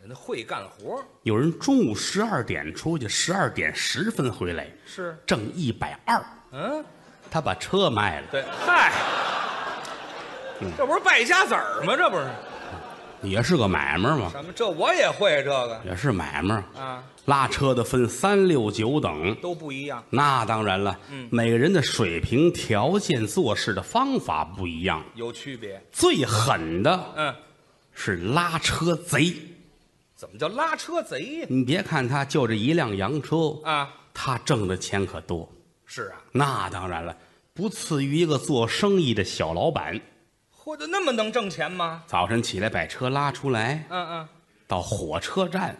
[SPEAKER 2] 人家会干活
[SPEAKER 1] 有人中午十二点出去，十二点十分回来，
[SPEAKER 2] 是，
[SPEAKER 1] 挣一百二。
[SPEAKER 2] 嗯，
[SPEAKER 1] 他把车卖了，
[SPEAKER 2] 对，嗨，这不是败家子儿吗？这不是
[SPEAKER 1] 也是个买卖嘛，
[SPEAKER 2] 什么？这我也会这个
[SPEAKER 1] 也是买卖。
[SPEAKER 2] 啊，
[SPEAKER 1] 拉车的分三六九等，
[SPEAKER 2] 都不一样，
[SPEAKER 1] 那当然了，每个人的水平、条件、做事的方法不一样。
[SPEAKER 2] 有区别。
[SPEAKER 1] 最狠的
[SPEAKER 2] 嗯，
[SPEAKER 1] 是拉车贼，
[SPEAKER 2] 怎么叫拉车贼呀？
[SPEAKER 1] 你别看他就这一辆洋车，
[SPEAKER 2] 啊，
[SPEAKER 1] 他挣的钱可多。
[SPEAKER 2] 是啊，
[SPEAKER 1] 那当然了，不次于一个做生意的小老板。
[SPEAKER 2] 或者那么能挣钱吗？
[SPEAKER 1] 早晨起来把车拉出来，
[SPEAKER 2] 嗯嗯，
[SPEAKER 1] 到火车站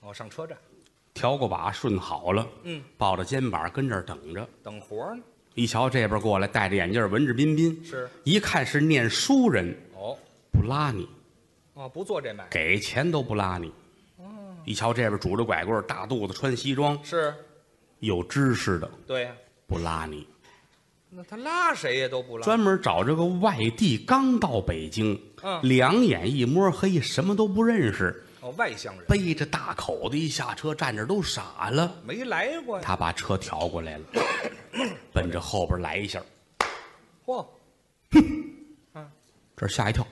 [SPEAKER 2] 我哦上车站
[SPEAKER 1] 调过把，顺好了，
[SPEAKER 2] 嗯，
[SPEAKER 1] 抱着肩膀跟这儿等着。
[SPEAKER 2] 等活儿呢。
[SPEAKER 1] 一瞧这边过来，戴着眼镜，文质彬彬，
[SPEAKER 2] 是
[SPEAKER 1] 一看是念书人，
[SPEAKER 2] 哦
[SPEAKER 1] 不拉你，
[SPEAKER 2] 哦，不做这买卖
[SPEAKER 1] 给钱都不拉你。
[SPEAKER 2] 哦
[SPEAKER 1] 一瞧这边拄着拐棍，大肚子，穿西装，
[SPEAKER 2] 是，
[SPEAKER 1] 有知识的
[SPEAKER 2] 对呀、
[SPEAKER 1] 不拉你，
[SPEAKER 2] 那他拉谁也都不拉。
[SPEAKER 1] 专门找这个外地刚到北京，
[SPEAKER 2] 嗯
[SPEAKER 1] 两眼一摸黑，什么都不认识，
[SPEAKER 2] 哦，外乡人
[SPEAKER 1] 背着大口子一下车，站这都傻了。
[SPEAKER 2] 没来过呀。
[SPEAKER 1] 他把车调过来了，奔着后边来一下，
[SPEAKER 2] 嚯，
[SPEAKER 1] 这吓一跳，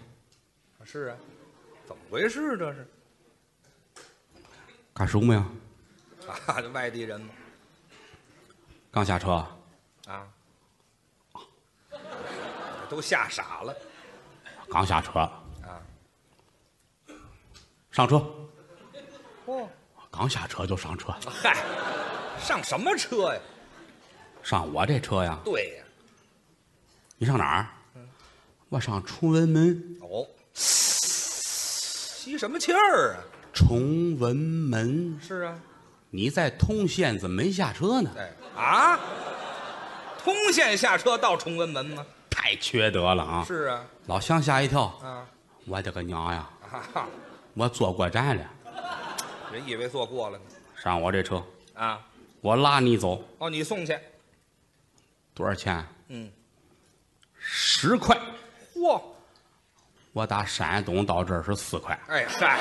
[SPEAKER 2] 是啊，怎么回事？这是
[SPEAKER 1] 干什么呀？
[SPEAKER 2] 啊，这外地人嘛
[SPEAKER 1] 刚下车啊，
[SPEAKER 2] 啊，都吓傻了
[SPEAKER 1] 刚下车，
[SPEAKER 2] 啊。
[SPEAKER 1] 上车，
[SPEAKER 2] 嚯，
[SPEAKER 1] 刚下车就上车，
[SPEAKER 2] 嗨，上什么车呀？
[SPEAKER 1] 上我这车呀？
[SPEAKER 2] 对呀，
[SPEAKER 1] 你上哪儿？我上崇文门，
[SPEAKER 2] 哦，吸什么气儿啊？
[SPEAKER 1] 崇文门。
[SPEAKER 2] 是啊，
[SPEAKER 1] 你在通县怎么没下车呢？
[SPEAKER 2] 哎啊，通县下车到崇文门吗？
[SPEAKER 1] 太缺德了啊！
[SPEAKER 2] 是啊，
[SPEAKER 1] 老乡吓一跳，
[SPEAKER 2] 啊
[SPEAKER 1] 我的个娘呀！
[SPEAKER 2] 啊哈哈，
[SPEAKER 1] 我坐过站了，
[SPEAKER 2] 人以为坐过了呢
[SPEAKER 1] 上我这车，
[SPEAKER 2] 啊。
[SPEAKER 1] 我拉你走，
[SPEAKER 2] 哦，你送去，
[SPEAKER 1] 多少钱？
[SPEAKER 2] 嗯，
[SPEAKER 1] 十块。
[SPEAKER 2] 嚯，
[SPEAKER 1] 我打山东到这儿是四块，
[SPEAKER 2] 哎嗨，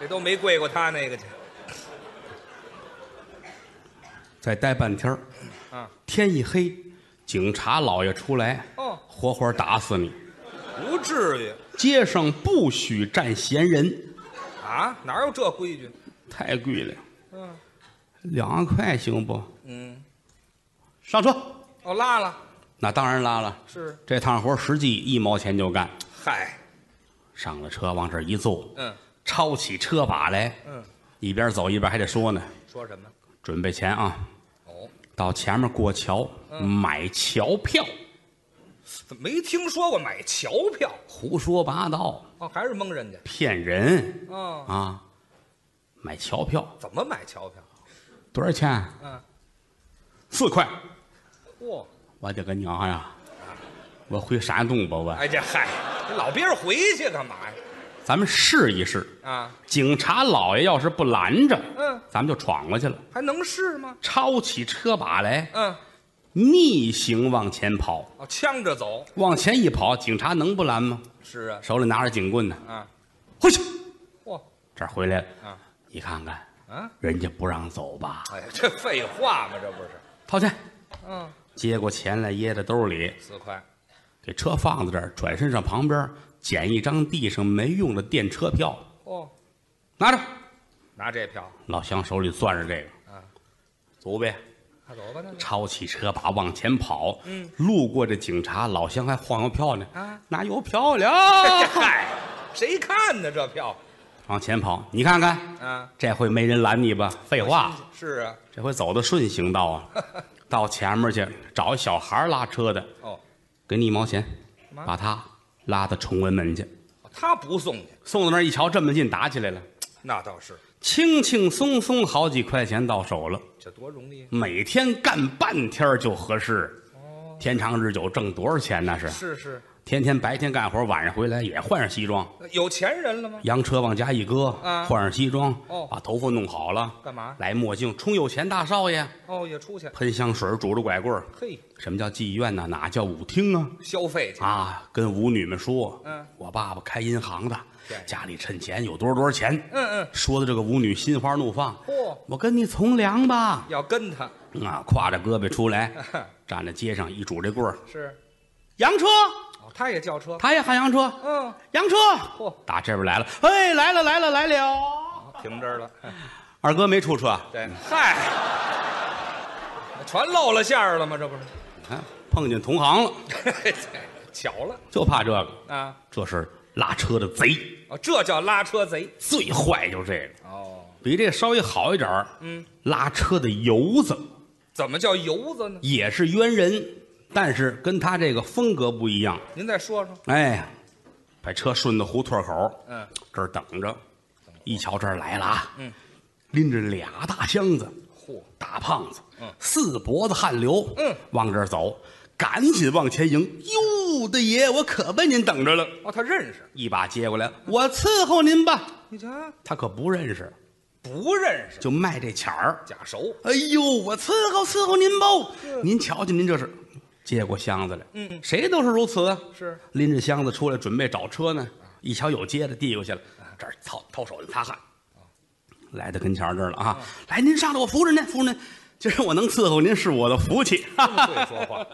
[SPEAKER 2] 这都没贵过他那个去
[SPEAKER 1] 再待半天儿
[SPEAKER 2] 啊。
[SPEAKER 1] 天一黑，警察老爷出来，
[SPEAKER 2] 哦
[SPEAKER 1] 活活打死你！
[SPEAKER 2] 不至于
[SPEAKER 1] 街上不许站闲人，
[SPEAKER 2] 啊，哪有这规矩？
[SPEAKER 1] 太贵了，
[SPEAKER 2] 嗯
[SPEAKER 1] 两块行不？
[SPEAKER 2] 嗯，
[SPEAKER 1] 上车。
[SPEAKER 2] 哦，拉了
[SPEAKER 1] 那当然拉了，
[SPEAKER 2] 是，
[SPEAKER 1] 这趟活实际一毛钱就干。
[SPEAKER 2] 嗨，
[SPEAKER 1] 上了车，往这儿一坐，
[SPEAKER 2] 嗯
[SPEAKER 1] 抄起车把来，
[SPEAKER 2] 嗯，
[SPEAKER 1] 一边走一边还得说呢，
[SPEAKER 2] 说什么？
[SPEAKER 1] 准备钱啊，
[SPEAKER 2] 哦，
[SPEAKER 1] 到前面过桥
[SPEAKER 2] 嗯
[SPEAKER 1] 买桥票，
[SPEAKER 2] 怎么没听说过买桥票？
[SPEAKER 1] 胡说八道，
[SPEAKER 2] 哦，还是蒙人家？
[SPEAKER 1] 骗人
[SPEAKER 2] 哦，
[SPEAKER 1] 啊！买桥票
[SPEAKER 2] 怎么买桥票？
[SPEAKER 1] 多少钱？
[SPEAKER 2] 嗯，
[SPEAKER 1] 四块。
[SPEAKER 2] 嚯，
[SPEAKER 1] 我的个娘呀！我回山东吧，我
[SPEAKER 2] 哎呀嗨，你老憋着回去干嘛呀？
[SPEAKER 1] 咱们试一试。
[SPEAKER 2] 啊，
[SPEAKER 1] 警察老爷要是不拦着，
[SPEAKER 2] 嗯，
[SPEAKER 1] 咱们就闯过去了。
[SPEAKER 2] 还能是吗？
[SPEAKER 1] 抄起车把来，
[SPEAKER 2] 嗯，
[SPEAKER 1] 逆行往前跑，
[SPEAKER 2] 哦，呛着走，
[SPEAKER 1] 往前一跑，警察能不拦吗？
[SPEAKER 2] 是啊，
[SPEAKER 1] 手里拿着警棍呢，
[SPEAKER 2] 啊，
[SPEAKER 1] 回去。
[SPEAKER 2] 嚯，
[SPEAKER 1] 这儿回来了，
[SPEAKER 2] 啊
[SPEAKER 1] 你看看，
[SPEAKER 2] 啊。
[SPEAKER 1] 人家不让走吧？
[SPEAKER 2] 哎呀，这废话嘛，这不是？
[SPEAKER 1] 掏钱，
[SPEAKER 2] 嗯，
[SPEAKER 1] 接过钱来，掖在兜里，
[SPEAKER 2] 四块。
[SPEAKER 1] 给车放在这儿，转身上旁边捡一张地上没用的电车票，
[SPEAKER 2] 哦，
[SPEAKER 1] 拿着。
[SPEAKER 2] 拿这票，
[SPEAKER 1] 老乡手里攥着这个，
[SPEAKER 2] 啊，
[SPEAKER 1] 走呗。
[SPEAKER 2] 那走吧，那就
[SPEAKER 1] 抄起车把往前跑，
[SPEAKER 2] 嗯，
[SPEAKER 1] 路过这警察，老乡还晃悠票呢，
[SPEAKER 2] 啊，
[SPEAKER 1] 拿邮票了，
[SPEAKER 2] 嗨，谁看呢这票
[SPEAKER 1] 往前跑，你看看，
[SPEAKER 2] 啊？
[SPEAKER 1] 这回没人拦你吧？废话，
[SPEAKER 2] 是啊，
[SPEAKER 1] 这回走的顺行道 啊，到前面去找一小孩拉车的，
[SPEAKER 2] 哦，
[SPEAKER 1] 给你一毛钱，
[SPEAKER 2] 嘛
[SPEAKER 1] 把他拉到崇文门去。
[SPEAKER 2] 他不送去，
[SPEAKER 1] 送到那儿一瞧，这么近，打起来了，
[SPEAKER 2] 那倒是，
[SPEAKER 1] 轻轻松松好几块钱到手了，
[SPEAKER 2] 这多容易。啊
[SPEAKER 1] 每天干半天儿就合适。
[SPEAKER 2] 哦，
[SPEAKER 1] 天长日久挣多少钱那是？
[SPEAKER 2] 是是，
[SPEAKER 1] 天天白天干活，晚上回来也换上西装，
[SPEAKER 2] 有钱人了吗？
[SPEAKER 1] 洋车往家一搁，
[SPEAKER 2] 啊
[SPEAKER 1] 换上西装，
[SPEAKER 2] 哦
[SPEAKER 1] 把头发弄好了，
[SPEAKER 2] 干嘛？
[SPEAKER 1] 来墨镜，充有钱大少爷，
[SPEAKER 2] 哦，也出去，
[SPEAKER 1] 喷香水，拄着拐棍儿，
[SPEAKER 2] 嘿，
[SPEAKER 1] 什么叫妓院呢？哪叫舞厅啊？
[SPEAKER 2] 消费去。
[SPEAKER 1] 啊，跟舞女们说，
[SPEAKER 2] 嗯，
[SPEAKER 1] 我爸爸开银行的
[SPEAKER 2] 对，
[SPEAKER 1] 家里趁钱有多少多少钱，
[SPEAKER 2] 嗯嗯，
[SPEAKER 1] 说的这个舞女心花怒放，
[SPEAKER 2] 嚯，
[SPEAKER 1] 我跟你从良吧，
[SPEAKER 2] 要跟他
[SPEAKER 1] 啊，挎着胳膊出来，站在街上一拄这棍儿，
[SPEAKER 2] 是，
[SPEAKER 1] 洋车，
[SPEAKER 2] 哦，他也叫车。
[SPEAKER 1] 他也喊洋车，
[SPEAKER 2] 嗯，
[SPEAKER 1] 洋车，
[SPEAKER 2] 嚯，
[SPEAKER 1] 打这边来了，哎，来了来了来了，
[SPEAKER 2] 停这儿 了。
[SPEAKER 1] 二哥没出车，啊
[SPEAKER 2] 对，嗨，全露了馅儿了吗？这不是？
[SPEAKER 1] 啊，碰见同行了，
[SPEAKER 2] 巧了
[SPEAKER 1] 就怕这个，
[SPEAKER 2] 啊！
[SPEAKER 1] 这是拉车的贼，
[SPEAKER 2] 哦，这叫拉车贼
[SPEAKER 1] 最坏就这个。
[SPEAKER 2] 哦。
[SPEAKER 1] 比这稍微好一点儿，
[SPEAKER 2] 嗯，
[SPEAKER 1] 拉车的油子
[SPEAKER 2] 怎么叫油子呢？
[SPEAKER 1] 也是冤人，但是跟他这个风格不一样。
[SPEAKER 2] 您再说说。
[SPEAKER 1] 哎呀，把车顺到胡同口，
[SPEAKER 2] 嗯，
[SPEAKER 1] 这儿等着，一瞧这儿来了啊，
[SPEAKER 2] 嗯，
[SPEAKER 1] 拎着俩大箱子，
[SPEAKER 2] 嚯，
[SPEAKER 1] 大胖子，
[SPEAKER 2] 嗯，
[SPEAKER 1] 四脖子汗流，
[SPEAKER 2] 嗯，
[SPEAKER 1] 往这儿走，赶紧往前迎。哟，大爷，我可被您等着了！
[SPEAKER 2] 哦，他认识
[SPEAKER 1] 一把接过来，我伺候您吧。
[SPEAKER 2] 你瞧，
[SPEAKER 1] 他可不认识，
[SPEAKER 2] 不认识，
[SPEAKER 1] 就卖这钱儿。
[SPEAKER 2] 假熟。
[SPEAKER 1] 哎呦，我伺候伺候您吧，您瞧瞧您这是接过箱子来，嗯，谁都是如此啊，
[SPEAKER 2] 是
[SPEAKER 1] 拎着箱子出来准备找车呢，一瞧有接的递过去了，这儿掏掏手就擦汗，来到跟前儿这儿了啊，来您上来，我扶着您，扶着您，今儿我能伺候您是我的福气， 哈哈
[SPEAKER 2] 会说话，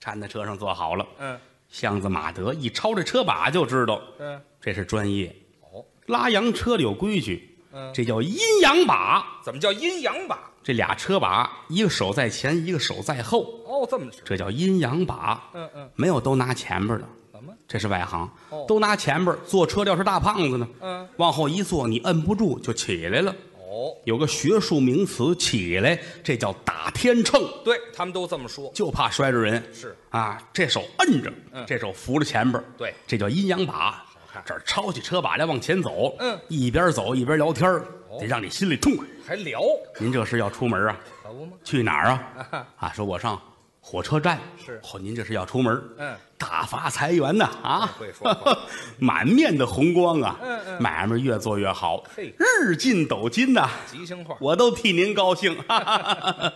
[SPEAKER 1] 搀在车上坐好了，
[SPEAKER 2] 嗯
[SPEAKER 1] 箱子马德一抄这车把就知道
[SPEAKER 2] 嗯，
[SPEAKER 1] 这是专业，
[SPEAKER 2] 哦，
[SPEAKER 1] 拉洋车里有规矩，
[SPEAKER 2] 嗯
[SPEAKER 1] 这叫阴阳把，
[SPEAKER 2] 怎么叫阴阳把？
[SPEAKER 1] 这俩车把一个手在前，一个手在后，
[SPEAKER 2] 哦，这么
[SPEAKER 1] 这叫阴阳把，
[SPEAKER 2] 嗯嗯，
[SPEAKER 1] 没有都拿前边的，
[SPEAKER 2] 怎么？
[SPEAKER 1] 这是外行
[SPEAKER 2] 哦，
[SPEAKER 1] 都拿前边坐车要是大胖子呢，
[SPEAKER 2] 嗯，
[SPEAKER 1] 往后一坐你摁不住就起来了，
[SPEAKER 2] 哦，
[SPEAKER 1] 有个学术名词起来，这叫打天秤，
[SPEAKER 2] 对他们都这么说，
[SPEAKER 1] 就怕摔着人，
[SPEAKER 2] 是
[SPEAKER 1] 啊，这手摁着，
[SPEAKER 2] 嗯
[SPEAKER 1] 这手扶着前边，
[SPEAKER 2] 对
[SPEAKER 1] 这叫阴阳把。
[SPEAKER 2] 好看
[SPEAKER 1] 这儿抄起车把来往前走，
[SPEAKER 2] 嗯哦
[SPEAKER 1] 一边走一边聊天儿得让你心里痛快。
[SPEAKER 2] 还聊，
[SPEAKER 1] 您这是要出门啊？
[SPEAKER 2] 可不吗？
[SPEAKER 1] 去哪儿
[SPEAKER 2] 啊
[SPEAKER 1] 啊
[SPEAKER 2] 哈？
[SPEAKER 1] 啊，说我上火车站。
[SPEAKER 2] 是
[SPEAKER 1] 哦，您这是要出门？
[SPEAKER 2] 嗯，
[SPEAKER 1] 大发财源呐啊！
[SPEAKER 2] 会说话
[SPEAKER 1] 满面的红光啊！
[SPEAKER 2] 嗯嗯
[SPEAKER 1] 买卖越做越好，
[SPEAKER 2] 嘿
[SPEAKER 1] 日进斗金呐、
[SPEAKER 2] 吉祥话
[SPEAKER 1] 我都替您高兴。 哈哈哈哈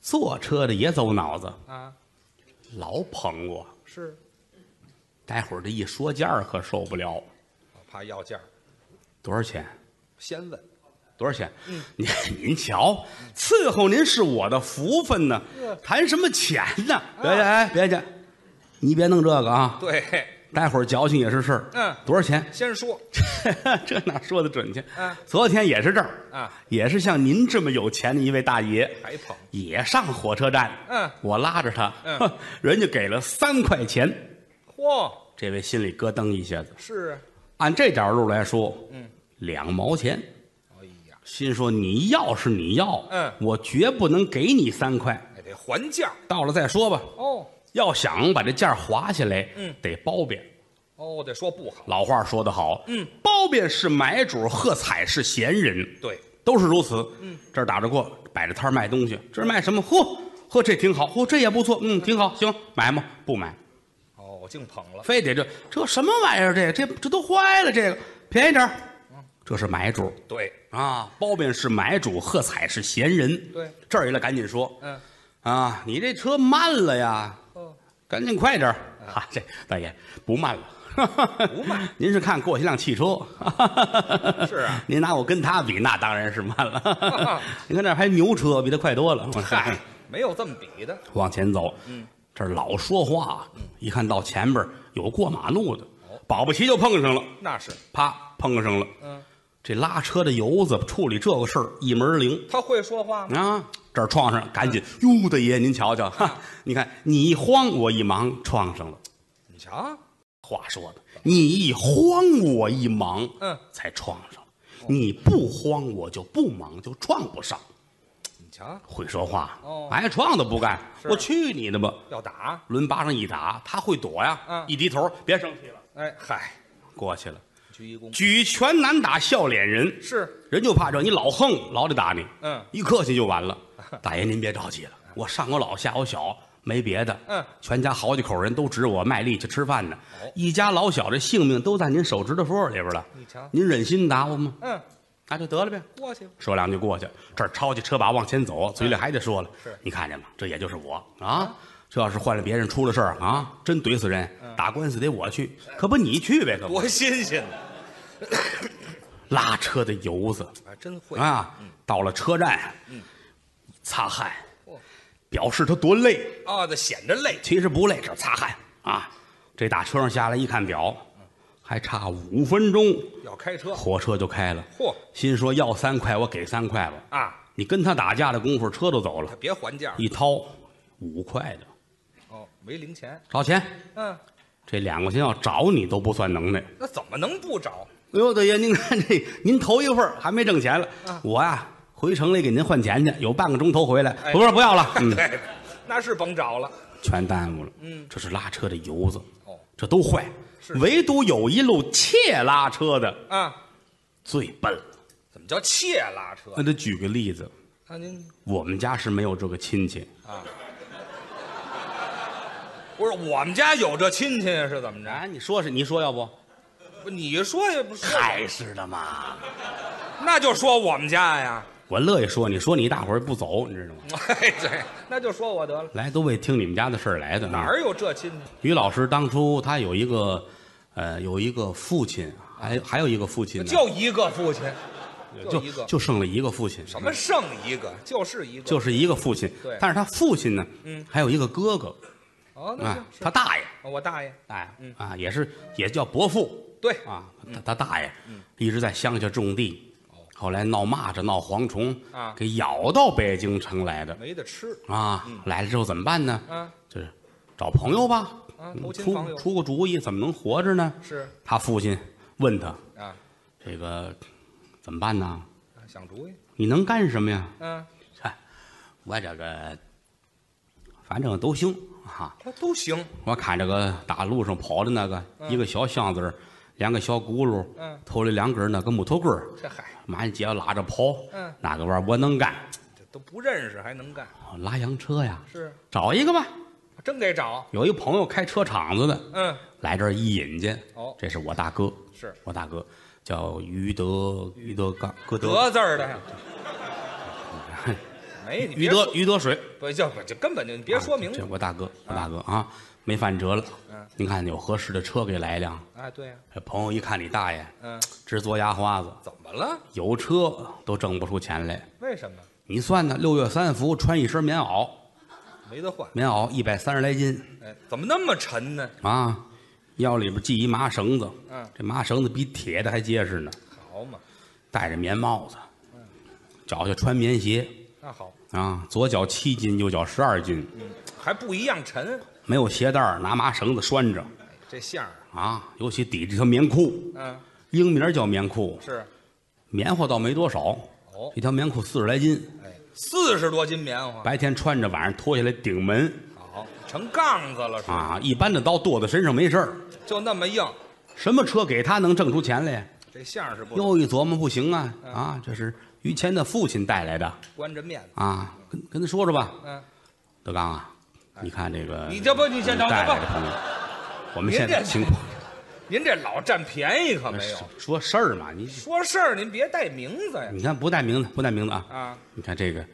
[SPEAKER 1] 坐车的也走脑子，
[SPEAKER 2] 啊，
[SPEAKER 1] 老捧我。
[SPEAKER 2] 是，
[SPEAKER 1] 待会儿这一说价儿可受不了，
[SPEAKER 2] 啊怕要价，
[SPEAKER 1] 多少钱？
[SPEAKER 2] 先问，
[SPEAKER 1] 多少钱？
[SPEAKER 2] 嗯
[SPEAKER 1] 您 您瞧，伺候您是我的福分呢，谈什么钱呢？别介，哎，别介，你别弄这个啊！
[SPEAKER 2] 啊对，
[SPEAKER 1] 待会儿矫情也是事儿。
[SPEAKER 2] 嗯
[SPEAKER 1] 多少钱？
[SPEAKER 2] 先说，
[SPEAKER 1] 这哪说得准去？
[SPEAKER 2] 嗯
[SPEAKER 1] 昨天也是这儿
[SPEAKER 2] 啊，
[SPEAKER 1] 也是像您这么有钱的一位大爷，
[SPEAKER 2] 还捧，
[SPEAKER 1] 也上火车站。
[SPEAKER 2] 嗯
[SPEAKER 1] 我拉着他，
[SPEAKER 2] 嗯
[SPEAKER 1] 哼人家给了三块钱，
[SPEAKER 2] 嚯，
[SPEAKER 1] 这位心里咯噔一下子。
[SPEAKER 2] 是啊，
[SPEAKER 1] 按这条路来说，
[SPEAKER 2] 嗯，
[SPEAKER 1] 两毛钱。
[SPEAKER 2] 哎呀，
[SPEAKER 1] 心说你要是你要，
[SPEAKER 2] 嗯
[SPEAKER 1] 我绝不能给你三块，
[SPEAKER 2] 还得还价，
[SPEAKER 1] 到了再说吧。
[SPEAKER 2] 哦
[SPEAKER 1] 要想把这价划下来，
[SPEAKER 2] 嗯，
[SPEAKER 1] 得包贬。
[SPEAKER 2] 哦，得说不好，
[SPEAKER 1] 老话说得好，
[SPEAKER 2] 嗯，
[SPEAKER 1] 包贬是买主，喝彩是闲人，
[SPEAKER 2] 对，
[SPEAKER 1] 都是如此。嗯，这儿打着过，摆着摊儿卖东西，这儿卖什么？嚯，嚯，这挺好，嚯，这也不错，嗯，挺好，行，买吗？不买，
[SPEAKER 2] 哦，净捧了，
[SPEAKER 1] 非得这这什么玩意儿？这个这这都坏了，这个便宜点儿这是买主
[SPEAKER 2] 对
[SPEAKER 1] 啊，包贬是买主，喝彩是闲人。
[SPEAKER 2] 对，
[SPEAKER 1] 这儿也来赶紧说，
[SPEAKER 2] 嗯，
[SPEAKER 1] 啊，你这车慢了呀，
[SPEAKER 2] 哦，
[SPEAKER 1] 赶紧快点儿！哈、啊这大爷不慢了，
[SPEAKER 2] 不慢。
[SPEAKER 1] 您是看过去辆汽车，
[SPEAKER 2] 是啊，
[SPEAKER 1] 您拿我跟他比，那当然是慢 了。你看这儿还牛车，比他快多了。
[SPEAKER 2] 嗨，没有这么比的，
[SPEAKER 1] 往前走，嗯，这儿老说话，一看到前边儿有过马路的，保不齐就碰上了，
[SPEAKER 2] 那是，
[SPEAKER 1] 啪碰上了。
[SPEAKER 2] 嗯，
[SPEAKER 1] 这拉车的油子处理这个事儿一门儿灵。
[SPEAKER 2] 他会说话吗？
[SPEAKER 1] 啊，这儿撞上，赶紧！
[SPEAKER 2] 嗯
[SPEAKER 1] 哟，大爷，您瞧瞧，哈，你看你一慌，我一忙，撞上了。
[SPEAKER 2] 你瞧，
[SPEAKER 1] 话说的，你一慌我一忙，
[SPEAKER 2] 嗯，哦
[SPEAKER 1] 才撞上；你不慌我就不忙，就撞不上。
[SPEAKER 2] 你瞧，
[SPEAKER 1] 会说话，
[SPEAKER 2] 哦
[SPEAKER 1] 挨撞都不干，
[SPEAKER 2] 是
[SPEAKER 1] 我去你的吧！
[SPEAKER 2] 要打，
[SPEAKER 1] 抡巴掌一打，他会躲呀，
[SPEAKER 2] 嗯
[SPEAKER 1] 一低头，别生气了，
[SPEAKER 2] 哎嗨，
[SPEAKER 1] 过去了。
[SPEAKER 2] 鞠一躬，
[SPEAKER 1] 举拳难打笑脸人，
[SPEAKER 2] 是，
[SPEAKER 1] 人就怕这，你老横，老得打你，
[SPEAKER 2] 嗯，
[SPEAKER 1] 一客气就完了。大爷，您别着急了，我上有老下有小，没别的，
[SPEAKER 2] 嗯，
[SPEAKER 1] 全家好几口人都指着我卖力气吃饭呢
[SPEAKER 2] 哦，
[SPEAKER 1] 一家老小这性命都在您手指头缝里边了，
[SPEAKER 2] 你瞧，
[SPEAKER 1] 您忍心打我吗？
[SPEAKER 2] 嗯，
[SPEAKER 1] 嗯那就得了呗，
[SPEAKER 2] 过去吧，
[SPEAKER 1] 说两句过去，这儿抄起车把往前走，嘴里还得说了，
[SPEAKER 2] 是
[SPEAKER 1] 你看见吗？这也就是我啊。这要是换了别人出了事儿啊，真怼死人！打官司得我去，可不你去呗，可不
[SPEAKER 2] 多新鲜呢，
[SPEAKER 1] 拉车的油子，
[SPEAKER 2] 还哎真会，
[SPEAKER 1] 啊，到了车站，啊擦汗
[SPEAKER 2] 嚯，
[SPEAKER 1] 表示他多累，
[SPEAKER 2] 啊，这显着累，
[SPEAKER 1] 其实不累，只是擦汗啊。这打车上下来一看表，还差五分钟，
[SPEAKER 2] 要开车，
[SPEAKER 1] 火车就开了。
[SPEAKER 2] 嚯
[SPEAKER 1] 心说要三块，我给三块吧。
[SPEAKER 2] 啊，
[SPEAKER 1] 你跟他打架的功夫，车都走了
[SPEAKER 2] 他，别还价，
[SPEAKER 1] 一掏五块的，
[SPEAKER 2] 哦，没零钱，
[SPEAKER 1] 找钱。
[SPEAKER 2] 嗯，
[SPEAKER 1] 这两块钱要找你都不算能耐。
[SPEAKER 2] 那怎么能不找？
[SPEAKER 1] 哎呦，大爷，您看这，您头一份儿还没挣钱了，我呀、回城里给您换钱去，有半个钟头回来。
[SPEAKER 2] 哎
[SPEAKER 1] 不是，不要了， 嗯，
[SPEAKER 2] 对，那是甭找了，
[SPEAKER 1] 全耽误了。
[SPEAKER 2] 嗯，
[SPEAKER 1] 这是拉车的油子，
[SPEAKER 2] 哦，
[SPEAKER 1] 这都坏，
[SPEAKER 2] 是
[SPEAKER 1] 唯独有一路窃拉车的
[SPEAKER 2] 啊，
[SPEAKER 1] 最笨了。
[SPEAKER 2] 怎么叫窃拉车？
[SPEAKER 1] 那得举个例子，
[SPEAKER 2] 啊，您
[SPEAKER 1] 我们家是没有这个亲戚，
[SPEAKER 2] 不是我们家有这亲戚哎是怎么着？
[SPEAKER 1] 啊，你说是你说要不？
[SPEAKER 2] 不，你说也不是，
[SPEAKER 1] 还是的嘛，
[SPEAKER 2] 那就说我们家呀，
[SPEAKER 1] 我乐意说你，说你一大伙儿不走，你知道吗？
[SPEAKER 2] 哎，对，那就说我得了，
[SPEAKER 1] 来都为听你们家的事儿来的。
[SPEAKER 2] 哪？儿有这亲戚？
[SPEAKER 1] 于老师当初他有一个，呃，有一个父亲，还还有一个父亲呢，
[SPEAKER 2] 就一个父亲，就一
[SPEAKER 1] 就
[SPEAKER 2] 个，
[SPEAKER 1] 就剩了一个父亲。什
[SPEAKER 2] 什么剩一个，就是一个，
[SPEAKER 1] 就是一个父亲
[SPEAKER 2] 对，
[SPEAKER 1] 但是他父亲呢，还有一个哥哥
[SPEAKER 2] 哦，那
[SPEAKER 1] 啊
[SPEAKER 2] 行，是
[SPEAKER 1] 他大爷，
[SPEAKER 2] 啊我大爷，
[SPEAKER 1] 哎，啊，也是也叫伯父
[SPEAKER 2] 对，
[SPEAKER 1] 啊，
[SPEAKER 2] 嗯
[SPEAKER 1] 他他大爷一直在乡下种地，后来闹蚂蚱、闹蝗虫
[SPEAKER 2] 哦啊嗯
[SPEAKER 1] 给咬到北京城来的
[SPEAKER 2] 没得吃
[SPEAKER 1] 啊，来了之后怎么办呢？
[SPEAKER 2] 啊，
[SPEAKER 1] 就是找朋友吧，
[SPEAKER 2] 啊
[SPEAKER 1] 嗯
[SPEAKER 2] 投亲访
[SPEAKER 1] 出
[SPEAKER 2] 友
[SPEAKER 1] 出个主意怎么能活着呢？
[SPEAKER 2] 是
[SPEAKER 1] 他父亲问他
[SPEAKER 2] 啊，
[SPEAKER 1] 这个怎么办呢？
[SPEAKER 2] 想主意，
[SPEAKER 1] 你能干什么呀？
[SPEAKER 2] 嗯，
[SPEAKER 1] 嗨，我这个反正都行啊。
[SPEAKER 2] 那都行，
[SPEAKER 1] 我看这个大路上跑的那个，一个小箱子儿，两个小轱辘，
[SPEAKER 2] 嗯
[SPEAKER 1] 头里两根那个木头棍儿，
[SPEAKER 2] 这嗨，
[SPEAKER 1] 满街拉着跑，
[SPEAKER 2] 嗯
[SPEAKER 1] 那个玩意儿我能干，
[SPEAKER 2] 这都不认识还能干，
[SPEAKER 1] 拉洋车呀，
[SPEAKER 2] 是
[SPEAKER 1] 找一个吧。
[SPEAKER 2] 真给找，
[SPEAKER 1] 有一朋友开车厂子的，
[SPEAKER 2] 嗯，
[SPEAKER 1] 来这儿一引去，
[SPEAKER 2] 哦
[SPEAKER 1] 这是我大哥，
[SPEAKER 2] 是
[SPEAKER 1] 我大哥叫于德于德刚歌德
[SPEAKER 2] 德字 儿的，没你
[SPEAKER 1] 于
[SPEAKER 2] 别
[SPEAKER 1] 德
[SPEAKER 2] 说
[SPEAKER 1] 于德水，啊
[SPEAKER 2] 不就不就根本就你别说明
[SPEAKER 1] 这
[SPEAKER 2] 白，
[SPEAKER 1] 我大哥我大哥啊，没饭辙了
[SPEAKER 2] 嗯，
[SPEAKER 1] 您看有合适的车给来一辆。
[SPEAKER 2] 哎，对呀，
[SPEAKER 1] 啊这朋友一看你大爷
[SPEAKER 2] 嗯，
[SPEAKER 1] 直嘬牙花子，
[SPEAKER 2] 怎么了？
[SPEAKER 1] 有车都挣不出钱来。
[SPEAKER 2] 为什么
[SPEAKER 1] 你算呢？六月三伏穿一身棉袄，
[SPEAKER 2] 没得换？
[SPEAKER 1] 棉袄一百三十来斤
[SPEAKER 2] 哎，怎么那么沉呢？
[SPEAKER 1] 啊，腰里边系一麻绳子，
[SPEAKER 2] 嗯
[SPEAKER 1] 这麻绳子比铁的还结实呢。
[SPEAKER 2] 好嘛，
[SPEAKER 1] 戴着棉帽子，脚下穿棉鞋
[SPEAKER 2] 那好，
[SPEAKER 1] 啊，左脚七斤，右脚十二斤，
[SPEAKER 2] 嗯，还不一样沉，
[SPEAKER 1] 没有鞋带儿拿麻绳子拴着
[SPEAKER 2] 哎这相儿啊，
[SPEAKER 1] 啊，尤其抵这条棉裤，
[SPEAKER 2] 嗯，
[SPEAKER 1] 英名叫棉裤，
[SPEAKER 2] 是，
[SPEAKER 1] 棉花倒没多少，
[SPEAKER 2] 哦
[SPEAKER 1] 一条棉裤四十来斤，
[SPEAKER 2] 哎，四十多斤棉花，
[SPEAKER 1] 白天穿着，晚上脱下来顶门
[SPEAKER 2] 好，成杠子了是吧？
[SPEAKER 1] 啊，一般的刀剁在身上没事儿。
[SPEAKER 2] 就那么硬，
[SPEAKER 1] 什么车给他能挣出钱来？
[SPEAKER 2] 这相儿是不
[SPEAKER 1] 又一琢磨，不行啊啊！这是于谦的父亲带来的
[SPEAKER 2] 关着面子。
[SPEAKER 1] 啊，跟跟他说说吧，
[SPEAKER 2] 嗯，
[SPEAKER 1] 德刚啊，你看这个，
[SPEAKER 2] 你这不你先等
[SPEAKER 1] 带
[SPEAKER 2] 等吧
[SPEAKER 1] 来的朋友，我们现在
[SPEAKER 2] 您这
[SPEAKER 1] 情况
[SPEAKER 2] 您这老占便宜可没有？
[SPEAKER 1] 说事儿嘛，你
[SPEAKER 2] 说事儿您别带名字呀。
[SPEAKER 1] 你看不带名字，不带名字啊，
[SPEAKER 2] 啊
[SPEAKER 1] 你看这个